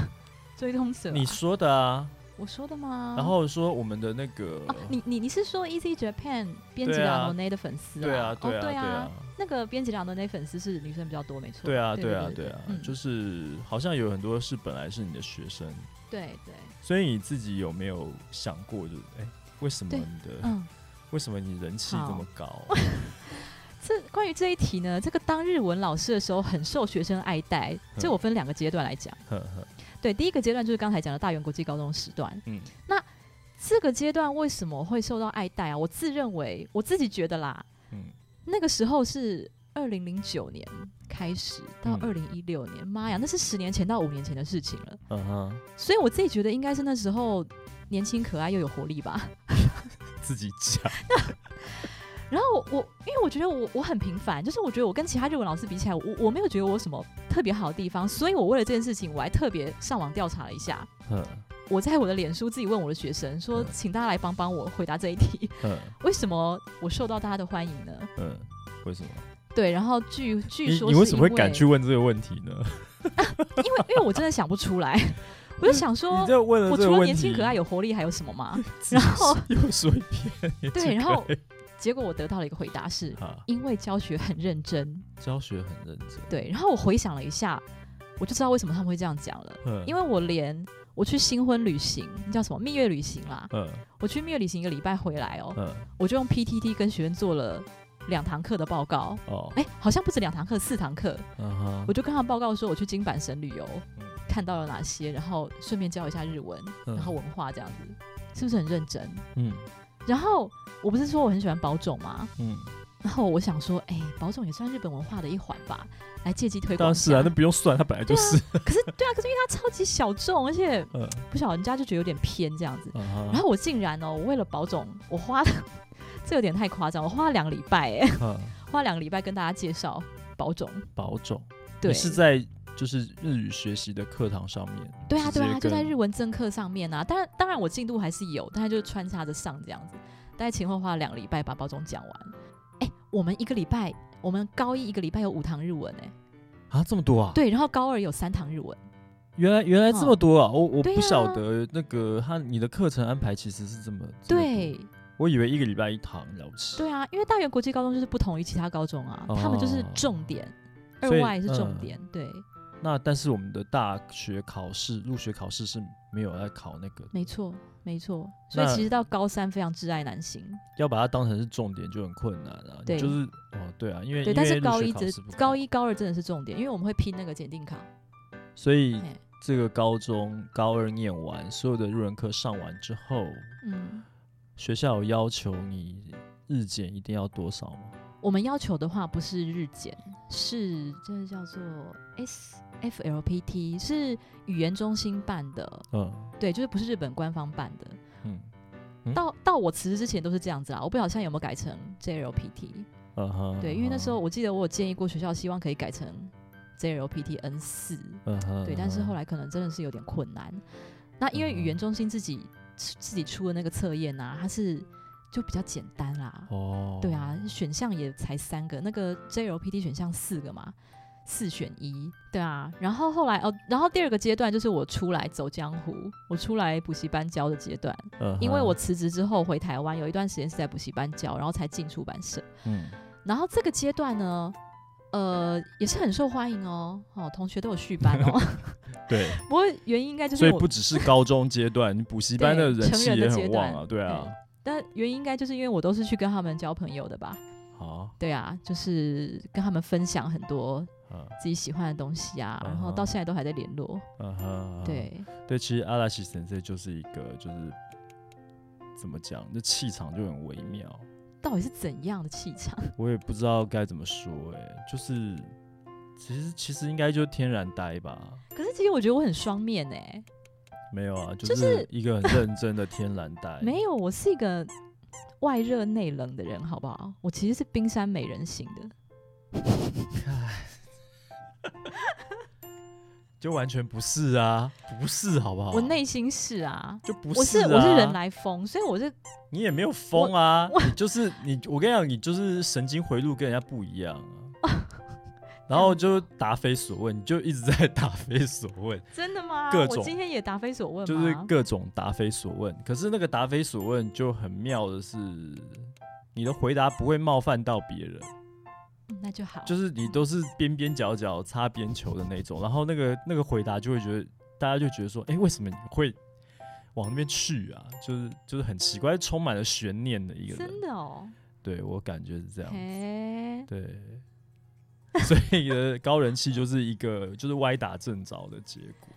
S2: 追踪者、啊？
S1: 你说的啊，
S2: 我说的吗？
S1: 然后说我们的那个
S2: 啊，你你你是说 Easy Japan 编辑
S1: 对啊
S2: 两罗内的粉丝、
S1: 对啊
S2: 哦
S1: 对啊
S2: 对
S1: 对啊
S2: 那个编辑两罗内粉丝是女生比较多，没错。
S1: 对啊
S2: 对
S1: 对啊
S2: 对
S1: 对啊，
S2: 嗯
S1: 就是好像有很多是本来是你的学生，
S2: 对对，
S1: 所以你自己有没有想过就是哎、为什么
S2: 对
S1: 你的、
S2: 嗯。
S1: 为什么你人气这么高？ [LAUGHS]
S2: 这关于这一题呢，这个当日文老师的时候很受学生爱戴，这我分两个阶段来讲。
S1: 呵呵
S2: 对，第一个阶段就是刚才讲的大原国际高中时段，
S1: 嗯
S2: 这个阶段为什么会受到爱戴啊？我自认为我自己觉得啦，
S1: 嗯，
S2: 那个时候是二零零九年开始到二
S1: 嗯
S2: 零一六年，妈呀，那是十年前到五年前的事情了。
S1: 嗯哼，
S2: 所以我自己觉得应该是那时候年轻可爱又有活力吧。
S1: 自己讲， [LAUGHS]
S2: 然后我我因为我觉得我我很平凡，就是我觉得我跟其他日文老师比起来，我我没有觉得我有什么特别好的地方，所以我为了这件事情，我还特别上网调查了一下。
S1: 嗯
S2: 我在我的脸书自己问我的学生说
S1: 嗯，
S2: 请大家来帮帮我回答这一题，
S1: 嗯
S2: 为什么我受到大家的
S1: [LAUGHS]
S2: 欢迎呢？
S1: 嗯，为什么？
S2: 对，然后据据
S1: 你
S2: 说
S1: 你为什么会敢去
S2: 因
S1: 问这个问题呢？
S2: 为因为我真的想不出
S1: [LAUGHS]
S2: 来，我就想
S1: 你
S2: 说，
S1: 这问了
S2: 哦我
S1: 这个
S2: 除了
S1: 问题，
S2: 年轻可爱
S1: [LAUGHS]
S2: 有活力还有什么吗？
S1: 自己
S2: 然后
S1: [LAUGHS] 又说一
S2: [LAUGHS]
S1: 遍，
S2: 对然后结果我得到了一个回答是，
S1: [LAUGHS] 啊，
S2: 因为教学很认真。
S1: 教学很认真，
S2: 对，然后我回想了一下，我就知道为什么他们会这样讲了，
S1: 嗯，
S2: 因
S1: 为
S2: 为我连我去新婚旅行，那叫什么蜜月旅行啦，
S1: 嗯
S2: 我去蜜月旅行一个礼拜回来哦，
S1: 嗯
S2: 我就用 PTT 跟学生做了两堂课的报告，
S1: 哦，
S2: 哎，好像不止两堂课，四堂课，
S1: 嗯哼
S2: 哎我，就跟他们报告说我去金板神旅游
S1: 嗯，
S2: 看到了哪些，然后顺便教一下日文，
S1: 嗯
S2: 然后文化这样子，是不是很认真？
S1: 嗯
S2: 然后我不是说我很喜欢保种吗？
S1: 嗯，
S2: 然后我想说，哎，保种也算日本文化的一环吧，来借机推广
S1: 当
S2: 一
S1: 然
S2: 下。
S1: 是啊，那不用算，他本来就是，
S2: 可是对啊，可是因为它超级小众，而且
S1: 嗯
S2: 不晓得人家就觉得有点偏这样子。
S1: 嗯
S2: 然后我竟然哦，我为了保种，我花了这有点太夸张，我花了两个礼拜哎，
S1: 哼，
S2: 花两个礼拜跟大家介绍保种。
S1: 啊保种，
S2: 对，
S1: 你是在就是日语学习的课堂上面，
S2: 对啊
S1: 直
S2: 对
S1: 接
S2: 啊，就在
S1: 跟
S2: 日文正课上面啊。当然当然我进度还是有，但是就是穿插着上这样子。大概前后花了两个礼拜把高中讲完。哎、我们一个礼拜，我们高一一个礼拜有五堂日文哎、
S1: 啊，这么多啊？，
S2: 对，然后高二有三堂日文，
S1: 原来原来这么多啊！我我
S2: 对啊
S1: 不晓得那个他你的课程安排其实是这么，这么多
S2: 对
S3: 我以为一个礼拜一堂了不起。
S2: 对啊，因为大原国际高中就是不同于其他高中啊，他们就是
S1: 哦
S2: 重点，二
S1: 所以
S2: 外是重
S1: 嗯
S2: 点，对，
S1: 那但是我们的大学考试入学考试是没有在考那个，
S2: 没错没错，所以
S1: 那
S2: 其实到高三非常挚爱难行，
S1: 要把它当成是重点就很困难啊。
S2: 对
S1: 就是哦，对啊，因为
S2: 对，
S1: 因
S2: 但
S1: 为
S2: 是
S1: 入
S2: 高
S1: 学
S2: 一
S1: 考
S2: 只
S1: 试不考
S2: 高一高二真的是重点，因为我们会拼那个检定卡，
S1: 所以
S2: 哎
S1: 这个高中高二念完所有的入文课上完之后，
S2: 嗯。
S1: 学校有要求你日检一定要多少吗？
S2: 我们要求的话不是日检，是这叫做 S F L P T，是语言中心办的，
S1: 嗯
S2: 对，就是不是日本官方办的。
S1: 嗯
S2: 到到我辞职之前都是这样子啦，我不晓得现在有没有改成 J L P T。
S1: 嗯哼，
S2: 对，因为那时候我记得我有建议过学校，希望可以改成 J L P T N 四，
S1: 嗯哼，
S2: 对，但是后来可能真的是有点困难。那因为
S1: 嗯哼
S2: 语言中心自己自己出的那个测验啊，它是就比较简单啦。
S1: 哦，
S2: 对啊，选项也才三个，那个 JLPT 选项四个嘛，四选一。对啊，然后后来哦，然后第二个阶段就是我出来走江湖，我出来补习班教的阶段，
S1: 嗯哼，
S2: 因为我辞职之后回台湾，有一段时间是在补习班教，然后才进出版社。 [LAUGHS]
S1: 嗯
S2: 然后这个阶段呢，呃，也是很受欢迎哦，哦，同学都有续班哦。 [LAUGHS]
S1: 对，
S2: 不过原因应该就是
S3: 所以
S2: 我
S3: 不只是高中阶段，你补习班的
S2: 对
S3: 人气
S2: 成人的
S3: 也
S2: 阶
S3: 很
S2: 段
S3: 旺啊，对啊，
S2: 但原因应该就是因为我都是去跟他们交朋友的吧？
S1: 好，
S2: 对啊，就是跟他们分享很多
S1: 嗯
S2: 自己喜欢的东西啊，然后
S1: 嗯哼
S2: 到现在都还在联络。
S1: 嗯哼，
S2: 对，
S1: 对，其实阿拉西神社就是一个就是怎么讲，那气场就很微妙，
S2: 到底是怎样的气场？
S1: 我也不知道该怎么说、哎，就是其实其实应该就天然呆吧。
S2: 可是其实我觉得我很双面哎、
S1: 没有啊，
S2: 就。
S1: 就是是一个很认真的天然呆
S2: [LAUGHS] 没有，我是一个外热内冷的人，好不好？我其实是冰山美人型的。
S1: 就完全不是啊，不是好不好？
S2: 我内心是啊，
S1: 就不
S2: 我
S1: 是、啊，
S2: 我是人，来疯，所以我是
S1: 你也没有疯啊，你就是你，我跟你讲，你就是神经回路跟人家不一样啊。
S2: [LAUGHS]
S1: 然后就答非所问，你就一直在答非所问，
S2: 真的吗？
S1: 各
S2: 我
S1: 种
S2: 今天也答非所问吗？
S1: 就是各种答非所问。可是那个答非所问就很妙的是，你的回答不会冒犯到别人。
S2: 嗯那就好，
S1: 就是你都是边边角角擦边球的那种，然后那个那个回答就会觉得，大家就觉得说，哎、为什么你会往那边去啊？就是就是很奇怪，充满了悬念的一个人
S2: 真。的哦。
S1: 对我感觉是这样，
S2: 嘿，
S1: 对。 [LAUGHS] 所以你的高人气就是一个就是歪打正着的结果。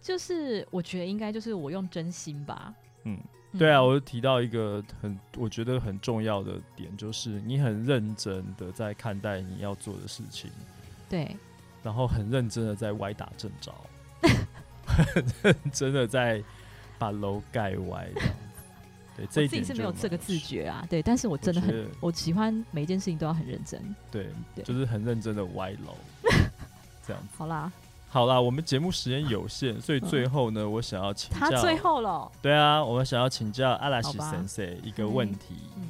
S2: 就是我觉得应该就是我用真心吧。
S1: 嗯，对啊，我提到一个很我觉得很重要的点，就是你很认真的在看待你要做的事情，
S2: 对
S1: 然后很认真的在歪打正
S2: [LAUGHS]
S1: 着，很认真的在把楼盖歪这样子。
S2: [LAUGHS]
S1: 对，这
S2: 我
S1: 一
S2: 自己
S1: 点
S2: 是
S1: 就
S2: 没有
S1: 蛮
S2: 这个
S1: 有
S2: 自
S1: 趣，
S2: 觉啊，对，但是我
S1: 我
S2: 真的
S1: 觉
S2: 很。
S1: 得
S2: 我喜欢每一件事情都要很认真。
S1: 对，
S2: 对
S1: 就是很认真的歪
S2: [LAUGHS]
S1: 楼这样子。
S2: 好啦，
S1: 好啦，我们节目时间有限，所以最后呢，我想要请
S2: 嗯他
S1: 教，
S2: 最后了，
S1: 对啊，我们想要请教阿拉西
S2: 好吧
S1: 先生一个问题，
S2: 嗯，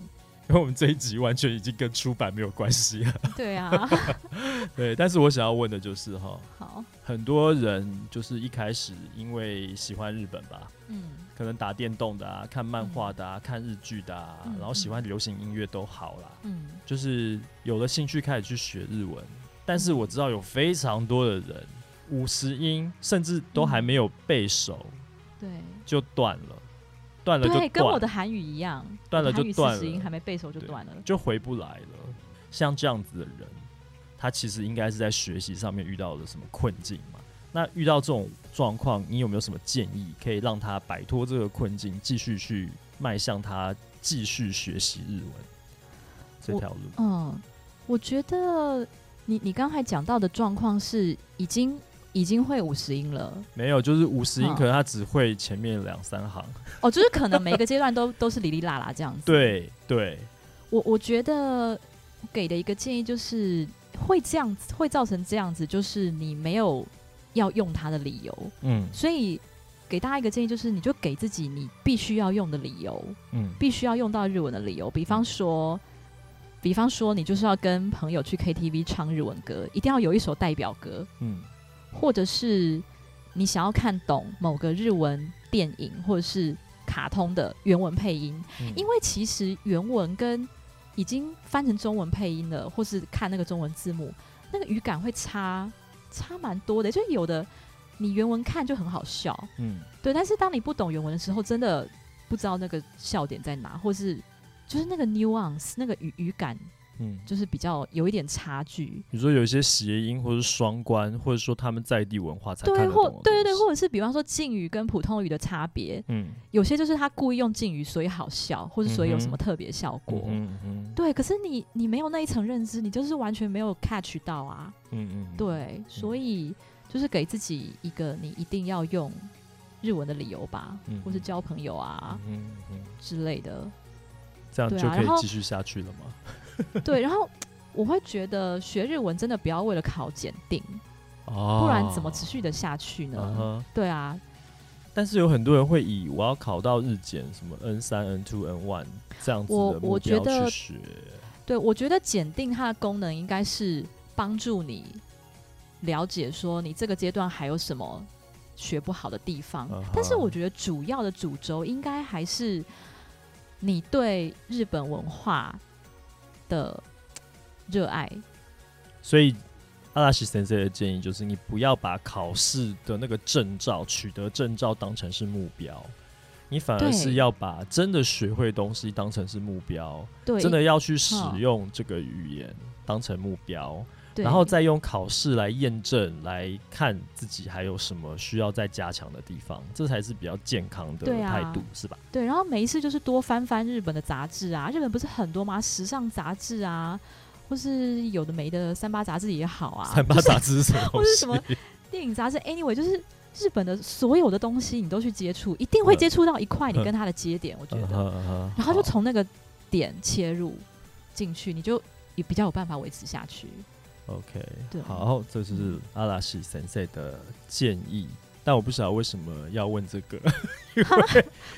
S1: 因为我们这一集完全已经跟出版没有关系
S2: [LAUGHS]
S1: 了。
S2: 对啊，
S1: [LAUGHS] 对，但是我想要问的就是哈，
S2: 好，
S1: 很多人就是一开始因为喜欢日本吧，
S2: 嗯
S1: 可能打电动的啊，看漫画的啊，看日剧的啊，
S2: 嗯
S1: 然后喜欢流行音乐都好啦，
S2: 嗯，
S1: 就是有了兴趣开始去学日文。但是我知道有非常多的人五十音甚至都
S2: 嗯
S1: 还没有背熟
S2: 对
S1: 就断了，断了
S2: 对，
S1: 就
S2: 跟我
S1: 断
S2: 的，韩语一样，
S1: 断了
S2: 我的
S1: 就
S2: 韩语
S1: 断
S2: 四十音
S1: 了
S2: 还没背熟就
S1: 对
S2: 断了。
S1: 就回不来了。像这样子的人，他其实应该是在学习上面遇到了什么困境嘛？那遇到这种状况，你有没有什么建议可以让他摆脱这个困境，继续去迈向他继续学习日文这条路？
S2: 嗯，我觉得你你刚才讲到的状况是已经已经会五十音了，
S1: 没有，就是五十音，
S2: 嗯
S1: 可能他只会前面两三
S2: [LAUGHS]
S1: 行。
S2: 哦，就是可能每一个阶段都 [LAUGHS] 都是哩哩啦啦这样子。，
S1: 对对，
S2: 我我觉得给的一个建议就是会这样子，会造成这样子，就是你没有要用它的理由。
S1: 嗯
S2: 所以给大家一个建议，就是你就给自己你必须要用的理由，
S1: 嗯
S2: 必须要用到日文的理由，比方说，比方说你就是要跟朋友去 KTV 唱日文歌，一定要有一首代表歌，
S1: 嗯
S2: 或者是你想要看懂某个日文电影或者是卡通的原文配音，
S1: 嗯，
S2: 因为其实原文跟已经翻成中文配音了，或是看那个中文字幕，那个语感会差差蛮多的。就有的你原文看就很好笑，
S1: 嗯
S2: 对，但是当你不懂原文的时候，真的不知道那个笑点在哪，或是就是那个 nuance 那个语语感，
S1: 嗯，
S2: 就是比较有一点差距。
S1: 比如说有一些谐音或者双关，或者说他们在地文化才看
S2: 对，
S1: 得
S2: 或
S1: 懂的
S2: 对对对，
S1: 东西
S2: 或者是比方说敬语跟普通语的差别，
S1: 嗯
S2: 有些就是他故意用敬语，所以好笑，或者所以有什
S1: 嗯
S2: 么
S1: 哼
S2: 特别效果。
S1: 嗯嗯
S2: 对，可是你你没有那一层认知，你就是完全没有 catch 到啊。
S1: 嗯嗯，
S2: 对，所以就是给自己一个你一定要用日文的理由吧，
S1: 嗯
S2: 或是交朋友啊
S1: 嗯嗯嗯，
S2: 之类的。
S1: 这样
S2: 对啊
S1: 就可
S2: 然后
S1: 以继续下去了吗？ [LAUGHS]
S2: 对，然后我会觉得学日文真的不要为了考检定，
S1: 哦
S2: 不然怎么持续的下去呢？
S1: 嗯哼
S2: 对啊，
S1: 但是有很多人会以我要考到日检什么 N 三、N two、N one 这样子
S2: 我
S1: 的目
S2: 我
S1: 标
S2: 觉
S1: 去
S2: 得
S1: 学，
S2: 对我觉得检定它的功能应该是帮助你了解说你这个阶段还有什么学不好的地方
S1: 嗯哼
S2: 但是我觉得主要的主轴应该还是你对日本文化的热爱。
S1: 所以阿拉西先生的建议就是，你不要把考试的那个证照、取得证照当成是目标，你反而
S2: 对
S1: 是要把真的学会东西当成是目标，
S2: 对，
S1: 真的要去使
S2: 嗯
S1: 用这个语言当成目标，
S2: 对，
S1: 然后再用考试来验证，来看自己还有什么需要再加强的地方，这才是比较健康的
S2: 对啊
S1: 态度，是吧？
S2: 对，然后每一次就是多翻翻日本的杂志啊，日本不是很多吗？时尚杂志啊，或是有的没的三八杂志也好
S1: [LAUGHS]
S2: 啊，
S1: 三八杂志是什么东
S2: [LAUGHS] 或
S1: 西？
S2: 是什么电影杂志，anyway，就是日本的所有的东西你都去接触，一定会接触到一块你跟它的接点，我觉
S1: 嗯
S2: 得，
S1: 哼嗯哼
S2: 然后
S1: 好
S2: 就从那个点切入进去，你就也比较有办法维持下去。
S1: OK，
S2: 对嗯
S1: 好，这就是阿拉西先生的建议。但我不晓得为什么要问这个，因为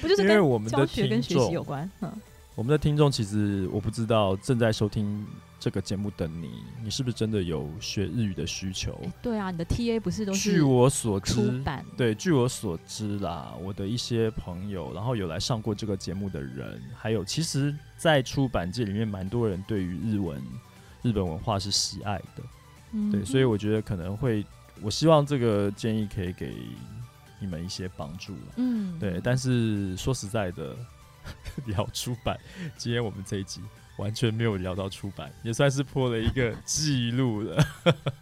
S2: 不 [LAUGHS] 就是
S1: 因为
S2: 跟
S1: 我们的
S2: 教学跟
S1: 听
S2: 学习
S1: 众
S2: 有关？嗯，
S1: 我们的听众其实我不知道正在收听这个节目的你，你是不是真的有学日语的需求？
S2: 诶对啊，你的 TA 不是都
S1: 据
S2: 是
S1: 我所
S2: 出
S1: 知，
S2: 版？
S1: 对，据我所知啦，我的一些朋友，然后有来上过这个节目的人，还有其实，在出版界里面，蛮多人对于日文、日本文化是喜爱的。
S2: 嗯
S1: 对，所以我觉得可能会，我希望这个建议可以给你们一些帮助了。
S2: 嗯，
S1: 对，但是说实在的， [LAUGHS] 聊出版，今天我们这一集完全没有聊到出版，也算是破了一个记录了。 [LAUGHS]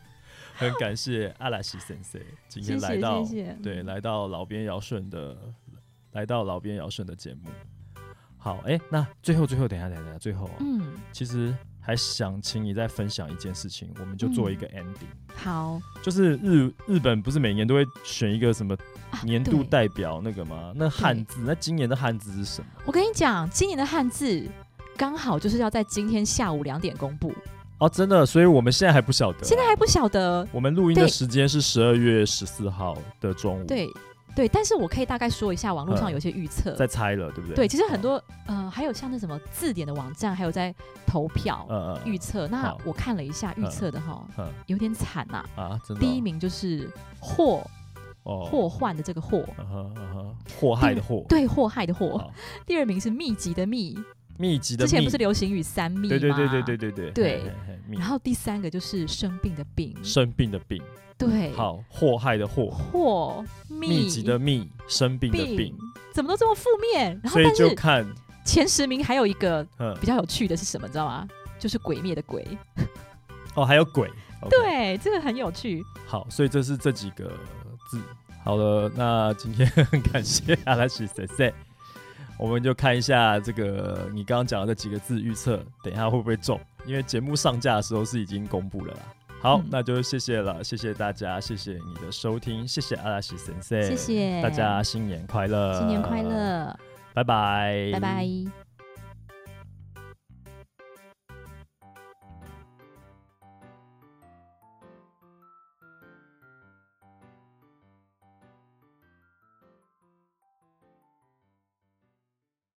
S1: 很感谢阿拉西先生今
S2: 谢
S1: 天来
S2: 谢
S1: 到
S2: 谢谢，
S1: 对，来到老边尧舜的，来到老边尧舜的节目。好，哎、那最后最后，等一下等一下，最后啊，
S2: 嗯，
S1: 其实还想请你再分享一件事情，我们就做一个
S2: 嗯
S1: ending，、
S2: 好。
S1: 就是日日本不是每年都会选一个什么
S2: 啊
S1: 年度
S2: 对
S1: 代表那个吗？那汉字，那今年的汉字是什么？
S2: 我跟你讲，今年的汉字刚好就是要在今天下午两点公布，
S1: 哦，真的，所以我们现在还不晓得啊、
S2: 现在还不晓得。
S1: 我们录音的
S2: 对
S1: 时间是十二月十四号的中午，，
S2: 对对，但是我可以大概说一下网络上
S1: 嗯
S2: 有一些预测。
S1: 在猜了，对不对？
S2: 对，其实很多呃，还有像那什么字典的网站，还有在投票
S1: 呃
S2: 预测。那
S1: 好
S2: 我看了一下预测的哈
S1: 嗯，
S2: 有点惨呐。
S1: 啊，真的哦、
S2: 第一名就是祸
S1: 哦，
S2: 祸患的这个祸，
S1: 嗯哼，嗯哼，祸害的祸，
S2: 对祸害的祸。
S1: 好，
S2: 第二名是密集的密，
S1: 哦密集的
S2: 之
S1: 密，
S2: 前不是流行语三密吗？
S1: 对对对对对。对对
S2: 对
S1: 嘿嘿嘿密
S2: 然后第三个就是生病的病，
S1: 生病的病，
S2: 对，
S1: 好，祸害的祸，
S2: 或密
S1: 密集的密，生病的病，
S2: 怎么都这么负面？然后
S1: 所以
S2: 但
S1: 就是看，
S2: 前十名还有一个
S1: 嗯
S2: 比，较有趣的是什么，你知道吗？就是鬼灭的鬼。
S1: 哦，还有鬼，OK，
S2: 对，这个很有趣。
S1: 好，所以这是这几个字。好了，那今天很感谢阿拉西先生，我们就看一下这个你刚刚讲的这几个字预测，等一下会不会中？因为节目上架的时候是已经公布了啦。好，
S2: 嗯
S1: 那就谢谢了，谢谢大家，谢谢你的收听，谢谢阿拉西先生，
S2: 谢谢
S1: 大家，新年快乐，
S2: 新年快，乐，
S1: 呃拜拜，
S2: 拜拜。